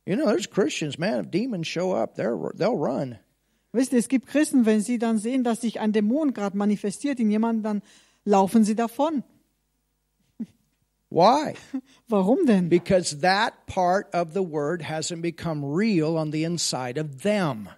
S1: You know, there's Christians, man. If demons show up, they're, they'll run.
S2: Wisst ihr, es gibt Christen, wenn sie dann sehen, dass sich ein Dämon gerade manifestiert in jemanden, dann laufen sie davon.
S1: Why?
S2: Warum denn?
S1: Because that part of the word hasn't become real on the inside of them.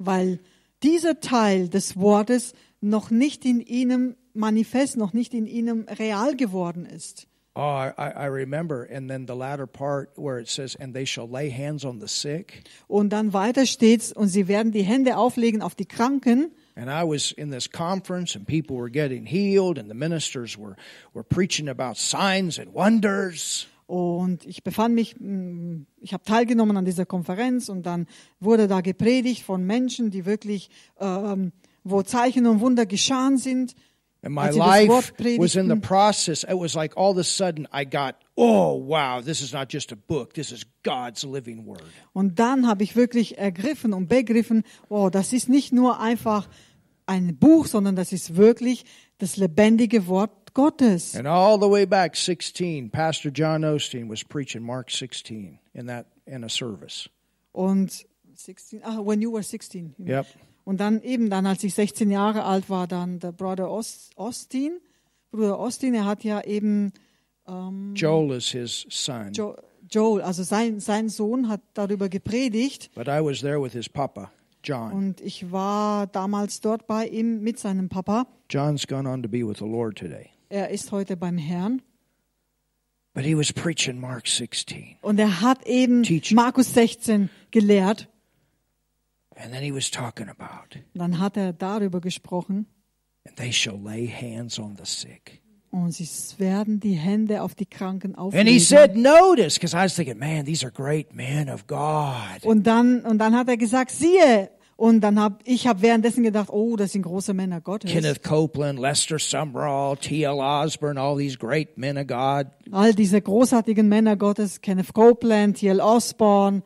S2: Weil dieser Teil des Wortes noch nicht in ihnen manifest, noch nicht in ihnen real geworden ist.
S1: Oh, I, I I remember. And then the latter part where it says, and they shall lay hands on the sick.
S2: Und dann weiter steht's, und sie werden die Hände auflegen auf die Kranken.
S1: And I was in this conference and people were getting healed and the ministers were, were preaching about signs and wonders.
S2: Und ich befand mich, mm, ich habe teilgenommen an dieser Konferenz und dann wurde da gepredigt von Menschen, die wirklich, ähm, wo Zeichen und Wunder geschahen sind.
S1: And my
S2: Als sie das
S1: life
S2: Wort
S1: was in the
S2: predigten.
S1: process. It was like all of a sudden I got, oh, wow, this is not just a book. This is God's living word.
S2: Und dann habe ich wirklich ergriffen und begriffen, wow, das ist nicht nur einfach ein Buch, sondern das ist wirklich das lebendige Wort Gottes.
S1: And all the way back 16, Pastor John Osteen was preaching Mark 16 in that in a service.
S2: Und 16, ah, when you were 16.
S1: Yep.
S2: Und dann eben dann, als ich 16 Jahre alt war, dann der Bruder Os- Austin, Bruder Austin, er hat ja eben
S1: Joel is his son.
S2: jo Joel, also sein, sein Sohn hat darüber gepredigt
S1: But I was there with his papa, John.
S2: und ich war damals dort bei ihm mit seinem Papa.
S1: John's gone on to be with the Lord today.
S2: Er ist heute beim Herrn
S1: But he was preaching Mark 16.
S2: und er hat eben
S1: Teach.
S2: Markus 16 gelehrt.
S1: And then he was talking about,
S2: Und dann hat er darüber gesprochen
S1: and they shall lay hands on the sick.
S2: und sie werden die Hände auf die Kranken
S1: And he
S2: auflegen.
S1: said, notice, because I was thinking, man, these are great men of God.
S2: Und dann, und dann hat er gesagt, siehe. Und dann hab, ich habe währenddessen gedacht, oh, das sind große Männer Gottes.
S1: Kenneth Copeland, Lester Sumrall, T.L. Osborne, all these great men of God.
S2: All diese großartigen Männer Gottes, Kenneth Copeland, T.L. Osborne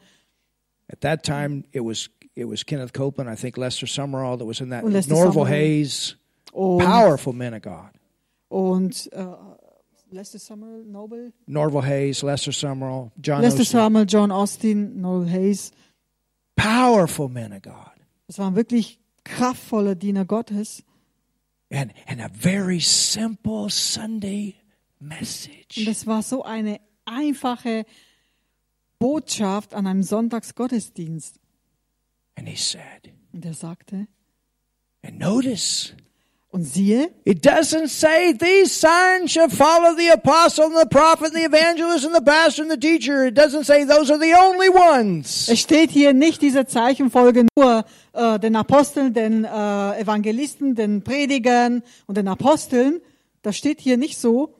S1: At that time, it was it was Kenneth Copeland, I think Lester Sumrall that was in that.
S2: Oh, Lester
S1: Norval
S2: Sumrall.
S1: Hayes,
S2: Oh.
S1: powerful men of God.
S2: und äh, Lester Samuel Noble,
S1: Norval Hayes, Lester Sumrall, John
S2: Lester
S1: Osteen,
S2: Samuel, John Austin, Noel Hayes.
S1: powerful men of God,
S2: Das waren wirklich kraftvolle Diener Gottes.
S1: and and a very simple Sunday
S2: Und
S1: message.
S2: das war so eine einfache Botschaft an einem Sonntagsgottesdienst.
S1: And he said,
S2: Und er sagte,
S1: and notice.
S2: und siehe,
S1: It doesn't say these signs shall follow the apostle and the prophet and the evangelist and the pastor and the teacher. It doesn't say those are the only ones.
S2: Es steht hier nicht, diese Zeichen folgen nur äh, den Aposteln, den äh, Evangelisten, den Predigern und den Aposteln. Das steht hier nicht so,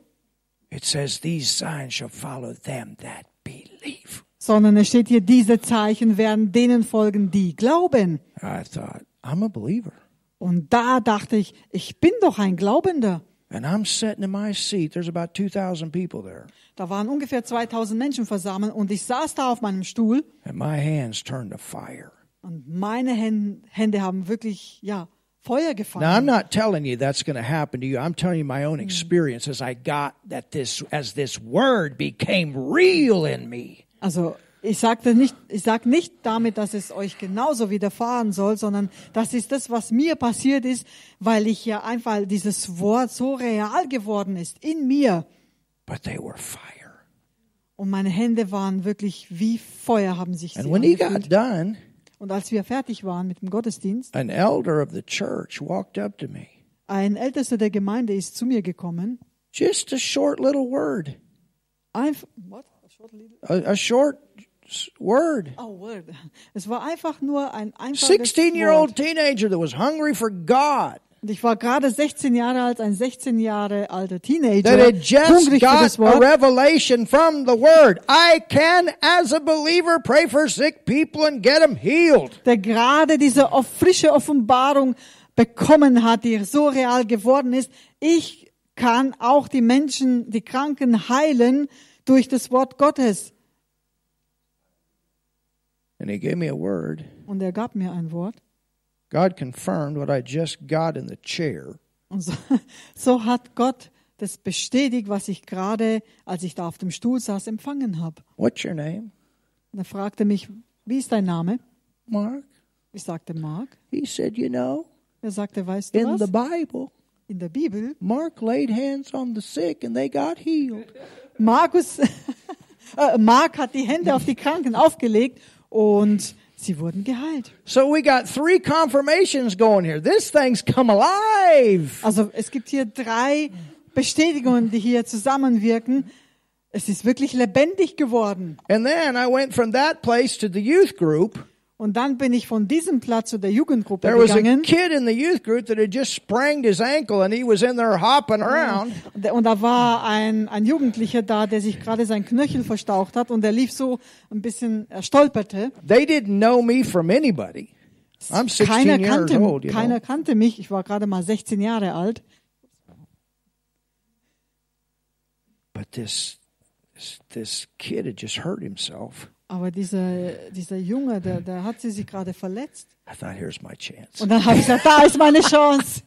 S1: It says these signs shall follow them that believe.
S2: sondern es steht hier, diese Zeichen werden denen folgen, die glauben.
S1: I thought, I'm a believer.
S2: Und da dachte ich, ich bin doch ein Glaubender.
S1: And I'm sitting in my seat. There's about 2,000 people there.
S2: Da waren ungefähr 2000 Menschen versammelt und ich saß da auf meinem Stuhl
S1: And my hands turned to fire.
S2: und meine Hän- Hände haben wirklich, ja, Feuer
S1: Now, I'm
S2: gefangen.
S1: not telling you that's going to happen to you. I'm telling you my own experience as I got that this, as this word became real in me.
S2: Also ich sagte nicht, ich sag nicht damit, dass es euch genauso widerfahren soll, sondern das ist das, was mir passiert ist, weil ich ja einfach dieses Wort so real geworden ist in mir
S1: But they were fire.
S2: und meine Hände waren wirklich wie Feuer haben sich sie
S1: And when he
S2: angefühlt.
S1: got done,
S2: Und als wir fertig waren mit dem Gottesdienst,
S1: an elder of the church walked up to me.
S2: ein Ältester der Gemeinde ist zu mir gekommen.
S1: Just a short little word.
S2: Einf what?
S1: a, a short s- word.
S2: Oh, word. Es war einfach nur ein einfaches
S1: 16 year old
S2: Wort.
S1: teenager that was hungry for God,
S2: Und Ich war gerade 16 Jahre alt, ein 16 Jahre alter Teenager,
S1: that had just
S2: hungrig für
S1: got
S2: das
S1: a
S2: Wort.
S1: revelation from the Word. I can, as a believer, pray for sick people and get them healed.
S2: der gerade diese off- frische Offenbarung bekommen hat, die so real geworden ist. Ich kann auch die Menschen, die Kranken heilen durch das Wort Gottes.
S1: And he gave me a word.
S2: Und er gab mir ein Wort.
S1: God confirmed what I just got in the chair.
S2: Und so, so hat Gott das bestätigt, was ich gerade, als ich da auf dem Stuhl saß, empfangen habe.
S1: What's your name?
S2: Und er fragte mich, wie ist dein Name?
S1: Mark.
S2: Ich sagte Mark.
S1: He said, You know,
S2: Er sagte, weißt du
S1: in the
S2: was?
S1: Bible,
S2: In der Bibel
S1: Mark laid hands on the sick and they got healed.
S2: Markus, äh, Mark hat die Hände auf die Kranken aufgelegt und sie wurden geheilt.
S1: So we got three confirmations going here. This thing's come alive.
S2: Also es gibt hier drei Bestätigungen, die hier zusammenwirken. Es ist wirklich lebendig geworden.
S1: And then I went from that place to the youth group.
S2: Und dann bin ich von diesem Platz zu der Jugendgruppe
S1: There was a
S2: gegangen.
S1: kid in the youth group that had just sprained his ankle and he was in there hopping around.
S2: Und da war ein, ein Jugendlicher da, der sich gerade sein Knöchel verstaucht hat und er lief so ein bisschen, er stolperte.
S1: They didn't know me from anybody. I'm 16
S2: Keiner
S1: years
S2: kannte,
S1: old, you
S2: keiner
S1: know.
S2: kannte mich. Ich war gerade mal 16 Jahre alt.
S1: But this, this this kid had just hurt himself.
S2: Aber dieser, dieser Junge, der, der hat sie sich gerade verletzt.
S1: I thought, here's my chance.
S2: Und dann habe ich gesagt, da ist meine Chance.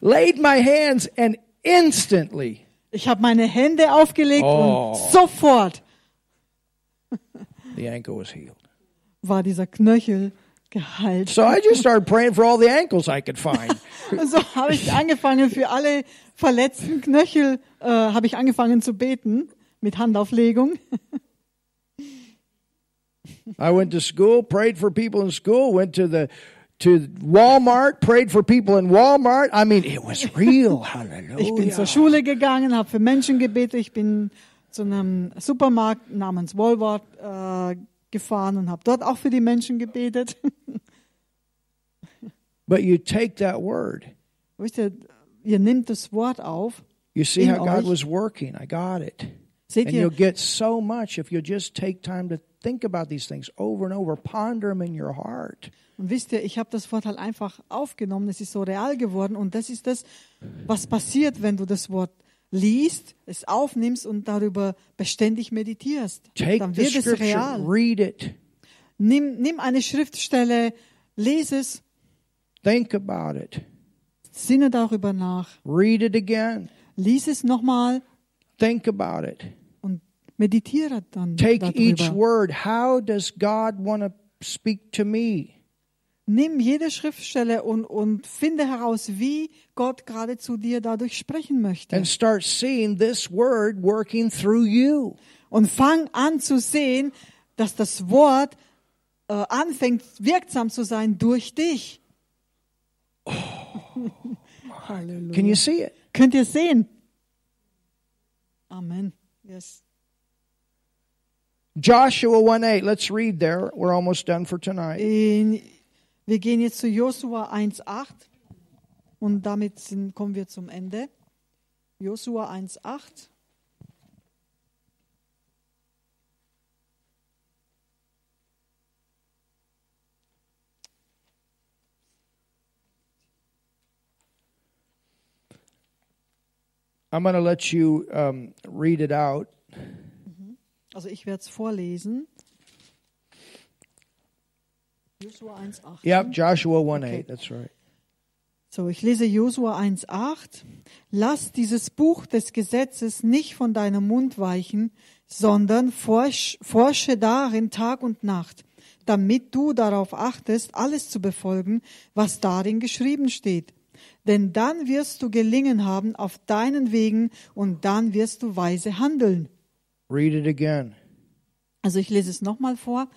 S1: Laid my hands and instantly
S2: Ich habe meine Hände aufgelegt
S1: Oh.
S2: und sofort
S1: the ankle was healed.
S2: war dieser Knöchel geheilt.
S1: So I just started praying for all the ankles I could find.
S2: Und so habe ich angefangen, für alle verletzten Knöchel äh, habe ich angefangen zu beten mit Handauflegung.
S1: I went to school, prayed for people in school, went to the to Walmart, prayed for people in Walmart. I mean, it was real.
S2: Ich bin
S1: Hallelujah.
S2: zur Schule gegangen, habe für Menschen gebetet. Ich bin zu einem Supermarkt namens Walmart äh, gefahren und habe dort auch für die Menschen gebetet.
S1: But you take that word.
S2: Wisst ihr, ihr nehmt das Wort auf.
S1: You see
S2: In
S1: how God
S2: euch.
S1: was working. I got it.
S2: Seht
S1: And you'll
S2: ihr,
S1: get so much if you'll just take time to think about these things over and over, ponder them in your heart.
S2: Und wisst ihr, ich habe das Wort halt einfach aufgenommen, es ist so real geworden und das ist das, was passiert, wenn du das Wort liest, es aufnimmst und darüber beständig meditierst.
S1: Take
S2: Dann
S1: the
S2: wird es
S1: scripture,
S2: real.
S1: read it,
S2: Nimm, nimm eine Schriftstelle, lese es,
S1: think about it,
S2: sinne darüber nach,
S1: read it again,
S2: lies es nochmal
S1: think about it.
S2: und meditiere dann
S1: Take each
S2: darüber.
S1: word. How does God want to speak to me?
S2: Nimm jede Schriftstelle und, und finde heraus, wie Gott gerade zu dir dadurch sprechen möchte.
S1: And start seeing this word working through you.
S2: Und fang an zu sehen, dass das Wort äh, anfängt wirksam zu sein durch dich. Halleluja.
S1: Oh. Can you see it?
S2: Könnt ihr sehen? Amen. Yes.
S1: Joshua 1 8. Let's read there. We're almost done for tonight.
S2: In, wir gehen jetzt zu Josua 1,8 und damit sind, kommen wir zum Ende. Josua 1,8.
S1: I'm going to let you um, read it out.
S2: Also ich werde es vorlesen. Josua 1,8.
S1: Yep, Joshua 1 8.
S2: Mm-hmm. Okay.
S1: That's right.
S2: So, ich lese Josua 1,8. Lass dieses Buch des Gesetzes nicht von deinem Mund weichen, sondern forsch, forsche darin Tag und Nacht, damit du darauf achtest, alles zu befolgen, was darin geschrieben steht. Denn dann wirst du gelingen haben auf deinen Wegen und dann wirst du weise handeln.
S1: Read it again.
S2: Also ich lese es nochmal vor.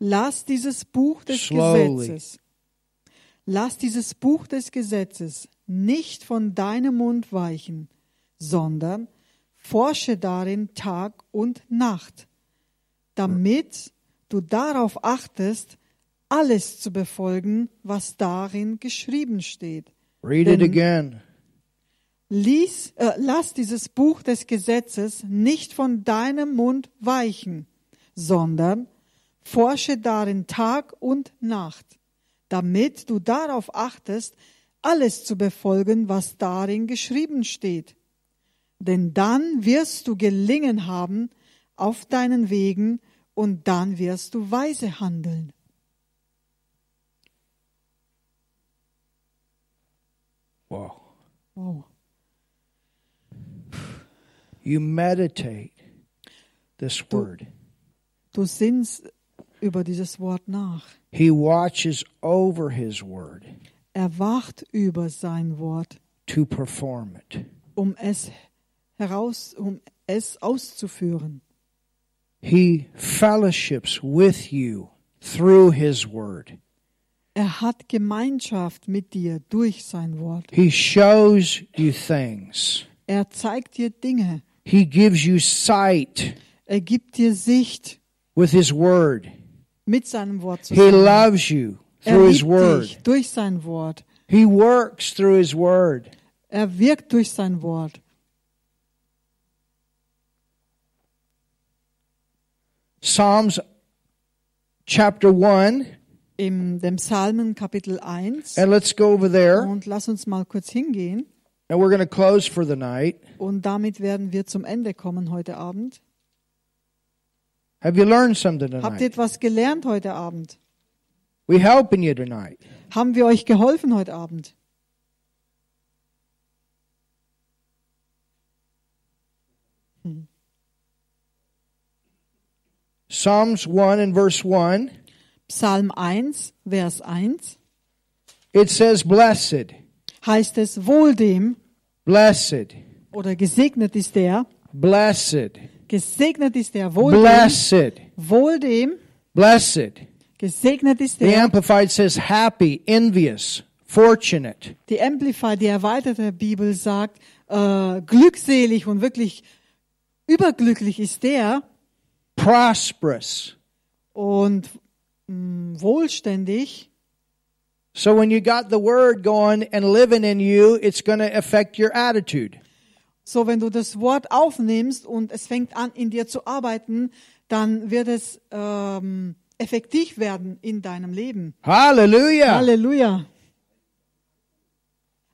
S2: Lass dieses Buch des
S1: Slowly.
S2: Gesetzes. Lass dieses Buch des Gesetzes nicht von deinem Mund weichen, sondern forsche darin Tag und Nacht, damit du darauf achtest, alles zu befolgen, was darin geschrieben steht.
S1: Read it again.
S2: Lies, äh, lass dieses Buch des Gesetzes nicht von deinem Mund weichen, sondern forsche darin Tag und Nacht, damit du darauf achtest, alles zu befolgen, was darin geschrieben steht. Denn dann wirst du gelingen haben auf deinen Wegen und dann wirst du weise handeln.
S1: Wow.
S2: Wow.
S1: You meditate this word.
S2: Du sinnst über dieses Wort nach.
S1: He watches over his word
S2: Er wacht über sein Wort,
S1: to perform it.
S2: um es heraus, um es auszuführen.
S1: He fellowships with you through his word.
S2: Er hat Gemeinschaft mit dir durch sein Wort.
S1: He shows you things.
S2: Er zeigt dir Dinge.
S1: He gives you sight
S2: Er gibt dir Sicht
S1: with his word.
S2: mit seinem Wort
S1: He
S2: zusammen.
S1: loves you
S2: Er
S1: through his
S2: liebt
S1: word.
S2: dich durch sein Wort.
S1: He works through his word.
S2: Er wirkt durch sein Wort.
S1: Psalms chapter 1,
S2: In dem Psalmen Kapitel 1.
S1: and let's go over there.
S2: Und lass uns mal kurz hingehen.
S1: And we're going to close for the night.
S2: Und damit werden wir zum Ende kommen heute Abend.
S1: Have you learned something
S2: Habt ihr
S1: tonight?
S2: etwas gelernt heute Abend?
S1: We helping you tonight.
S2: Haben wir euch geholfen heute Abend?
S1: Psalms 1 and verse 1,
S2: Psalm 1, Vers 1
S1: it says, Blessed,
S2: heißt es, wohl dem
S1: blessed,
S2: oder gesegnet ist der,
S1: blessed,
S2: gesegnet ist der, wohl dem,
S1: blessed,
S2: wohl dem,
S1: blessed.
S2: gesegnet ist
S1: The
S2: der.
S1: Amplified says, Happy, envious, fortunate.
S2: Die Amplified, die erweiterte Bibel sagt, äh, glückselig und wirklich überglücklich ist der
S1: prosperous.
S2: und mh, wohlständig.
S1: So when you got the word going and living in you, it's going to affect your attitude.
S2: So, wenn du das Wort aufnimmst und es fängt an, in dir zu arbeiten, dann wird es ähm, effektiv werden in deinem Leben.
S1: Hallelujah.
S2: Halleluja.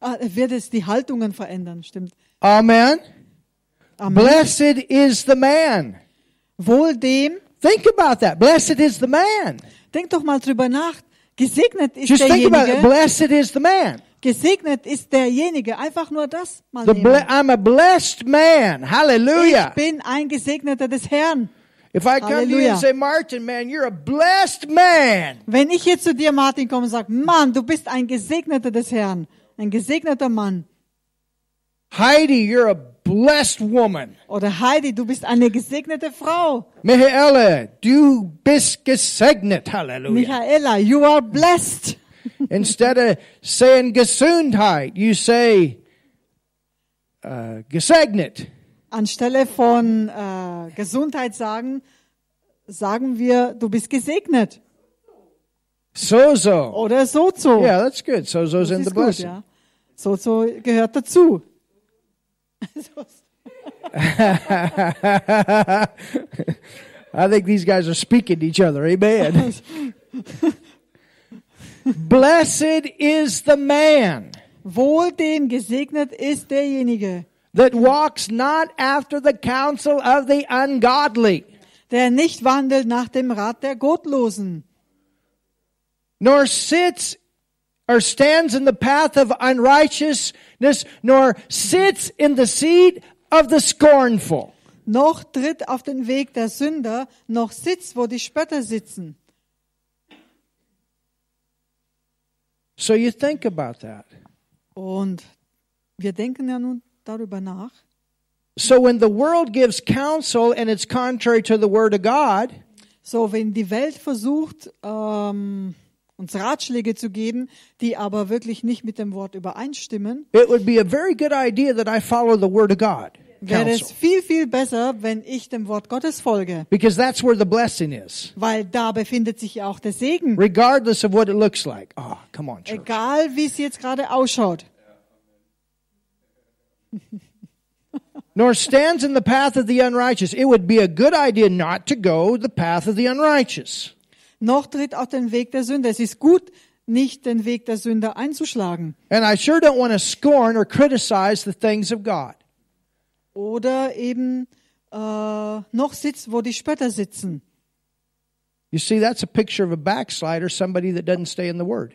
S2: Ah, wird es die Haltungen verändern, stimmt.
S1: Amen.
S2: Amen.
S1: Blessed is the man.
S2: Wohl dem,
S1: Think about that. Blessed is the man.
S2: denk doch mal drüber nach, gesegnet ist
S1: Just think about it.
S2: derjenige,
S1: Blessed is the man.
S2: gesegnet ist derjenige, einfach nur das mal
S1: The ble-
S2: nehmen.
S1: I'm a blessed man. Hallelujah.
S2: Ich bin ein Gesegneter des Herrn.
S1: If I come to you
S2: Hallelujah.
S1: and say, Martin, man, you're a blessed man.
S2: Wenn ich jetzt zu dir, Martin, komme und sage, Mann, du bist ein Gesegneter des Herrn, ein gesegneter Mann.
S1: Heidi, you're a blessed woman.
S2: Oder Heidi, du bist eine gesegnete Frau.
S1: Michaela, du bist gesegnet. Hallelujah.
S2: Michaela, you are blessed.
S1: Instead of saying Gesundheit, you say uh, Gesegnet.
S2: Anstelle von äh, Gesundheit sagen, sagen wir, du bist gesegnet.
S1: Sozo.
S2: Oder sozo.
S1: Yeah, that's good. Sozo's
S2: das
S1: in the
S2: ist gut,
S1: blessing.
S2: ja. Sozo gehört dazu.
S1: I think these guys are speaking to each other. Amen. Blessed is the man
S2: Wohl dem gesegnet ist derjenige,
S1: that walks not after the counsel of the ungodly,
S2: der nicht wandelt nach dem Rat der Gottlosen,
S1: nor sits or stands in the path of unrighteousness, nor sits in the seat of the scornful.
S2: noch tritt auf den Weg der Sünder, noch sitzt, wo die Spötter sitzen.
S1: So you think about that.
S2: Und wir denken ja nun darüber nach.
S1: So when the world gives counsel and it's contrary to the word of God,
S2: So, wenn die Welt versucht, ähm, uns Ratschläge zu geben, die aber wirklich nicht mit dem Wort übereinstimmen,
S1: it would be a very good idea that I follow the word of God.
S2: wäre es
S1: counsel
S2: viel, viel besser, wenn ich dem Wort Gottes folge,
S1: because that's where the blessing is,
S2: weil da befindet sich ja auch der Segen,
S1: regardless of what it looks like. Oh, come on, church.
S2: egal wie es jetzt gerade ausschaut.
S1: Nor stands in the path of the unrighteous. It would be a good idea not to go the path of the unrighteous.
S2: Noch tritt auch den Weg der Sünder. Es ist gut, nicht den Weg der Sünder einzuschlagen.
S1: And I sure don't want to scorn or criticize the things of God.
S2: Oder eben äh, noch sitzt, wo die Spötter sitzen.
S1: You see, that's a picture of a backslider, somebody that doesn't stay in the Word.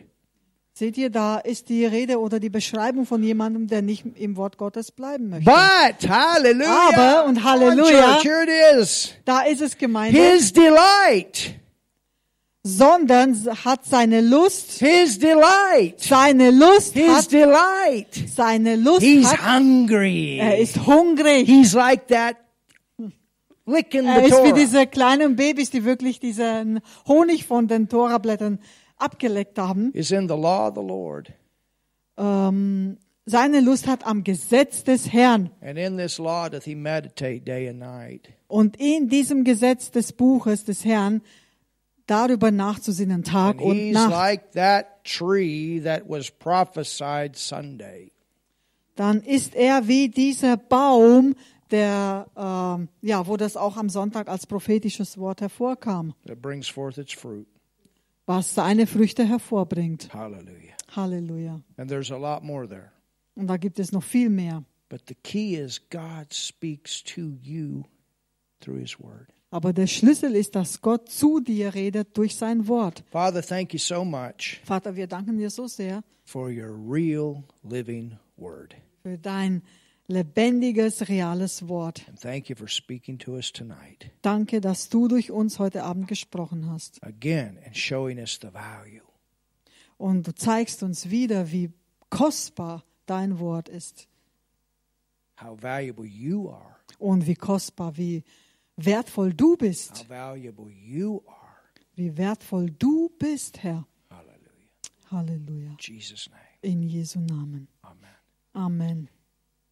S2: Seht ihr, da ist die Rede oder die Beschreibung von jemandem, der nicht im Wort Gottes bleiben möchte.
S1: But, hallelujah.
S2: Aber, und
S1: Come on,
S2: Halleluja.
S1: church, here it is.
S2: Da ist es gemeint,
S1: His delight,
S2: sondern hat seine Lust,
S1: his delight,
S2: seine Lust
S1: his
S2: hat,
S1: delight.
S2: seine Lust
S1: He's
S2: hat, er
S1: hungry.
S2: ist hungrig.
S1: He's like that licking
S2: Er
S1: the
S2: ist wie
S1: Torah.
S2: diese kleinen Babys, die wirklich diesen Honig von den Torablättern abgeleckt haben.
S1: Is in the law of the Lord.
S2: Ähm, seine Lust hat am Gesetz des Herrn.
S1: And in this law doth he meditate day and night.
S2: Und in diesem Gesetz des Buches des Herrn darüber nachzusinnen, Tag
S1: And
S2: und
S1: he's
S2: Nacht.
S1: like that tree that was prophesied Sunday.
S2: Dann ist er wie dieser Baum, der, ähm, ja, wo das auch am Sonntag als prophetisches Wort hervorkam,
S1: that brings forth its fruit.
S2: was seine Früchte hervorbringt.
S1: Hallelujah.
S2: Halleluja.
S1: And there's a lot more there.
S2: Und da gibt es noch viel mehr.
S1: But the key is God speaks to you through his word.
S2: Aber der Schlüssel ist, dass Gott zu dir redet durch sein Wort.
S1: Father, thank you so much
S2: Vater, wir danken dir so sehr
S1: for your real living word.
S2: für dein lebendiges, reales Wort.
S1: And thank you for speaking to us tonight
S2: Danke, dass du durch uns heute Abend gesprochen hast.
S1: again and showing us the value.
S2: Und du zeigst uns wieder, wie kostbar dein Wort ist
S1: How valuable you are.
S2: und wie kostbar, wie wertvoll du
S1: How
S2: bist.
S1: valuable you are.
S2: Wie wertvoll du bist, Herr.
S1: Hallelujah.
S2: Halleluja.
S1: In Jesus' name.
S2: In Jesu Namen.
S1: Amen.
S2: Amen.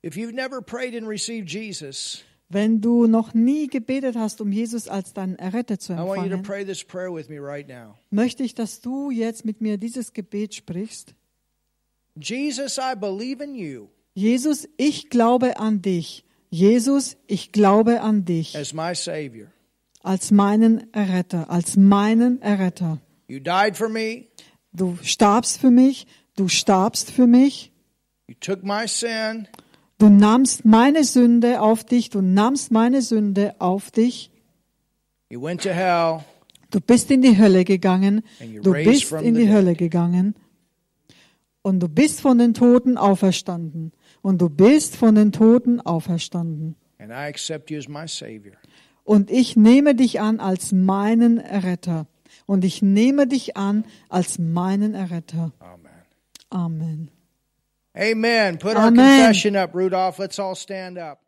S1: If you've never prayed and received Jesus,
S2: Wenn du noch nie gebetet hast, um Jesus als deinen Erretter zu
S1: I want you to
S2: empfangen,
S1: pray this prayer with me right now.
S2: möchte ich, dass du jetzt mit mir dieses Gebet sprichst.
S1: Jesus, I believe in you
S2: Jesus, ich glaube an dich. Jesus, ich glaube an dich
S1: as my Savior.
S2: als meinen Erretter, als meinen Erretter.
S1: You died for me.
S2: Du starbst für mich, du starbst für mich,
S1: You took my sin.
S2: du nahmst meine Sünde auf dich, du nahmst meine Sünde auf dich.
S1: You went to hell.
S2: Du bist in die Hölle gegangen,
S1: And you
S2: du
S1: raised
S2: bist
S1: from
S2: in
S1: the
S2: die
S1: dead.
S2: Hölle gegangen und du bist von den Toten auferstanden und du bist von den Toten auferstanden.
S1: And I accept you as my Savior.
S2: Und ich nehme dich an als meinen Erretter. Und ich nehme dich an als meinen Erretter.
S1: Amen.
S2: Amen.
S1: Amen. Put our
S2: Amen.
S1: confession up, Rudolph. Let's all stand up.